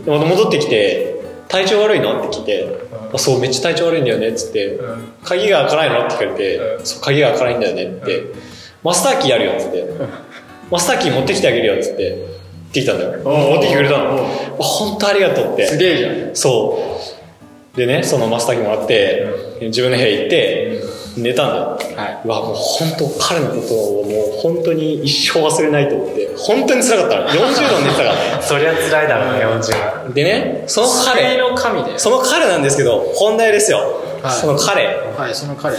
Speaker 1: でまた戻ってきて「体調悪いの?」って聞いて「あそうめっちゃ体調悪いんだよね」っつって、鍵が開かないの?」って聞かれて「そう鍵が開かないんだよね」って、マスターキーやるよ」っつ <laughs> って、マスターキー持ってきてあげるよ」っつって言ってきたんだよ持ってきてくれたのあ本当ありがとうって
Speaker 2: すげえじゃん
Speaker 1: そうでねそのマスターキーもらって自分の部屋行って寝たんだよ、
Speaker 2: は
Speaker 1: うわもう本当彼のことをもう本当に一生忘れないと思って本当につらかったの40度寝てたから
Speaker 3: そりゃ辛いだろうね40は
Speaker 2: <laughs>
Speaker 1: ねでねその
Speaker 2: い
Speaker 1: 彼
Speaker 2: の神で
Speaker 1: その彼なんですけど本題ですよ、
Speaker 2: はい
Speaker 1: その彼
Speaker 2: はいその彼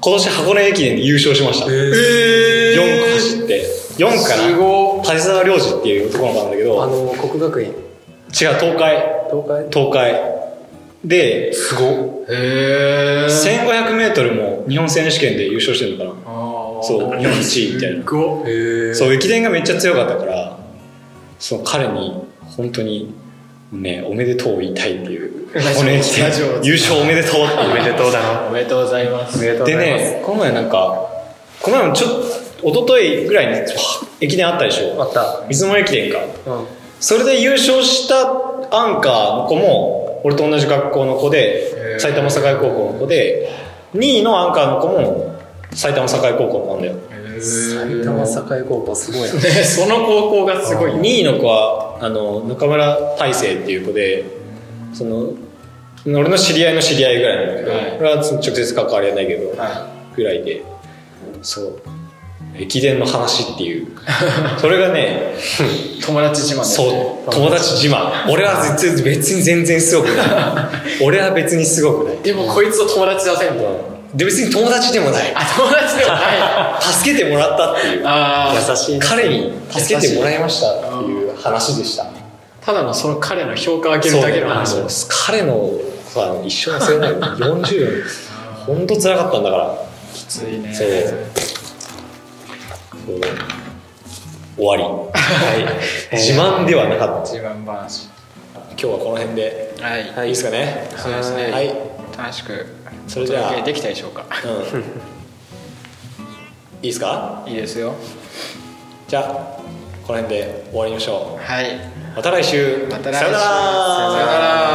Speaker 1: 今年箱根駅伝で優勝しました、
Speaker 2: え
Speaker 1: 4区走って4区か
Speaker 2: すご
Speaker 1: な立沢良次っていう男の子なんだけど
Speaker 3: あ
Speaker 1: 違う
Speaker 3: の国学院
Speaker 1: 東海
Speaker 3: 東海
Speaker 1: 東海で
Speaker 2: へえ
Speaker 1: 1500m も日本選手権で優勝してるのかなそう日本一位みたいな
Speaker 2: ご
Speaker 3: へ
Speaker 1: そう駅伝がめっちゃ強かったからそう彼に本当にねおめでとうを言いたいっていう
Speaker 2: ラジオ
Speaker 1: 箱根駅伝
Speaker 2: ラジオ
Speaker 1: 優勝おめでとうって
Speaker 3: お
Speaker 2: <laughs>
Speaker 3: め
Speaker 1: い
Speaker 3: でとうだな
Speaker 2: おめでとうございま
Speaker 3: お
Speaker 2: す
Speaker 3: めで
Speaker 1: う
Speaker 3: とうご
Speaker 1: で
Speaker 3: ざいます
Speaker 1: ねこの前なんかこの前もちょっと一昨日ぐらいにわ駅伝あったでし
Speaker 3: あ
Speaker 1: ょ
Speaker 3: っ
Speaker 1: 出雲駅伝か
Speaker 3: たうん
Speaker 1: それで優勝したアンカーの子も俺と同じ学校の子
Speaker 2: へ
Speaker 1: で
Speaker 2: ー
Speaker 1: 埼玉栄高校の子で2位のアンカーの子も埼玉栄高校なんだよ
Speaker 3: 埼玉
Speaker 2: <laughs>
Speaker 3: 栄高校すごいな
Speaker 1: でその高校がすごい
Speaker 3: あー
Speaker 1: 2位の子はあの中村大成っていう子でその俺の知り合いの知り合いぐらいなんだけど、
Speaker 2: はい
Speaker 1: 俺はその直接関わりはないけど、
Speaker 2: は
Speaker 1: ぐらいでそう駅伝の話って <laughs> いうそれがね
Speaker 2: 友達自慢ですね
Speaker 1: そう友達自慢俺は全然別に全然すごくない <laughs> 俺は別にすごくない
Speaker 2: でもこいつを友達だせんと
Speaker 1: で別に友達でもない
Speaker 2: あ友達ではない
Speaker 1: 助けてもらったっていう
Speaker 2: <laughs> ああ
Speaker 3: 優しいな
Speaker 1: 彼に助けてもらいましたっていう話でした
Speaker 2: ただのその彼の評価を上げるだけの話
Speaker 1: そう
Speaker 2: です
Speaker 1: 彼のさ一生忘れない40年本当辛かったんだから
Speaker 2: きついね
Speaker 1: そうそう終わり、はい、自慢ではなかった
Speaker 2: 自慢話
Speaker 1: 今日はこの辺で
Speaker 2: は
Speaker 1: い
Speaker 2: い、
Speaker 1: いですかね
Speaker 2: そうですね
Speaker 1: はい、
Speaker 2: 楽しく
Speaker 1: それじゃあ
Speaker 2: お届けできたでしょうか
Speaker 1: うん、いいですか
Speaker 2: いいですよ
Speaker 1: じゃあこの辺で終わりましょ
Speaker 2: はいう
Speaker 1: また来週
Speaker 2: また来週
Speaker 1: さよなら
Speaker 2: さよなら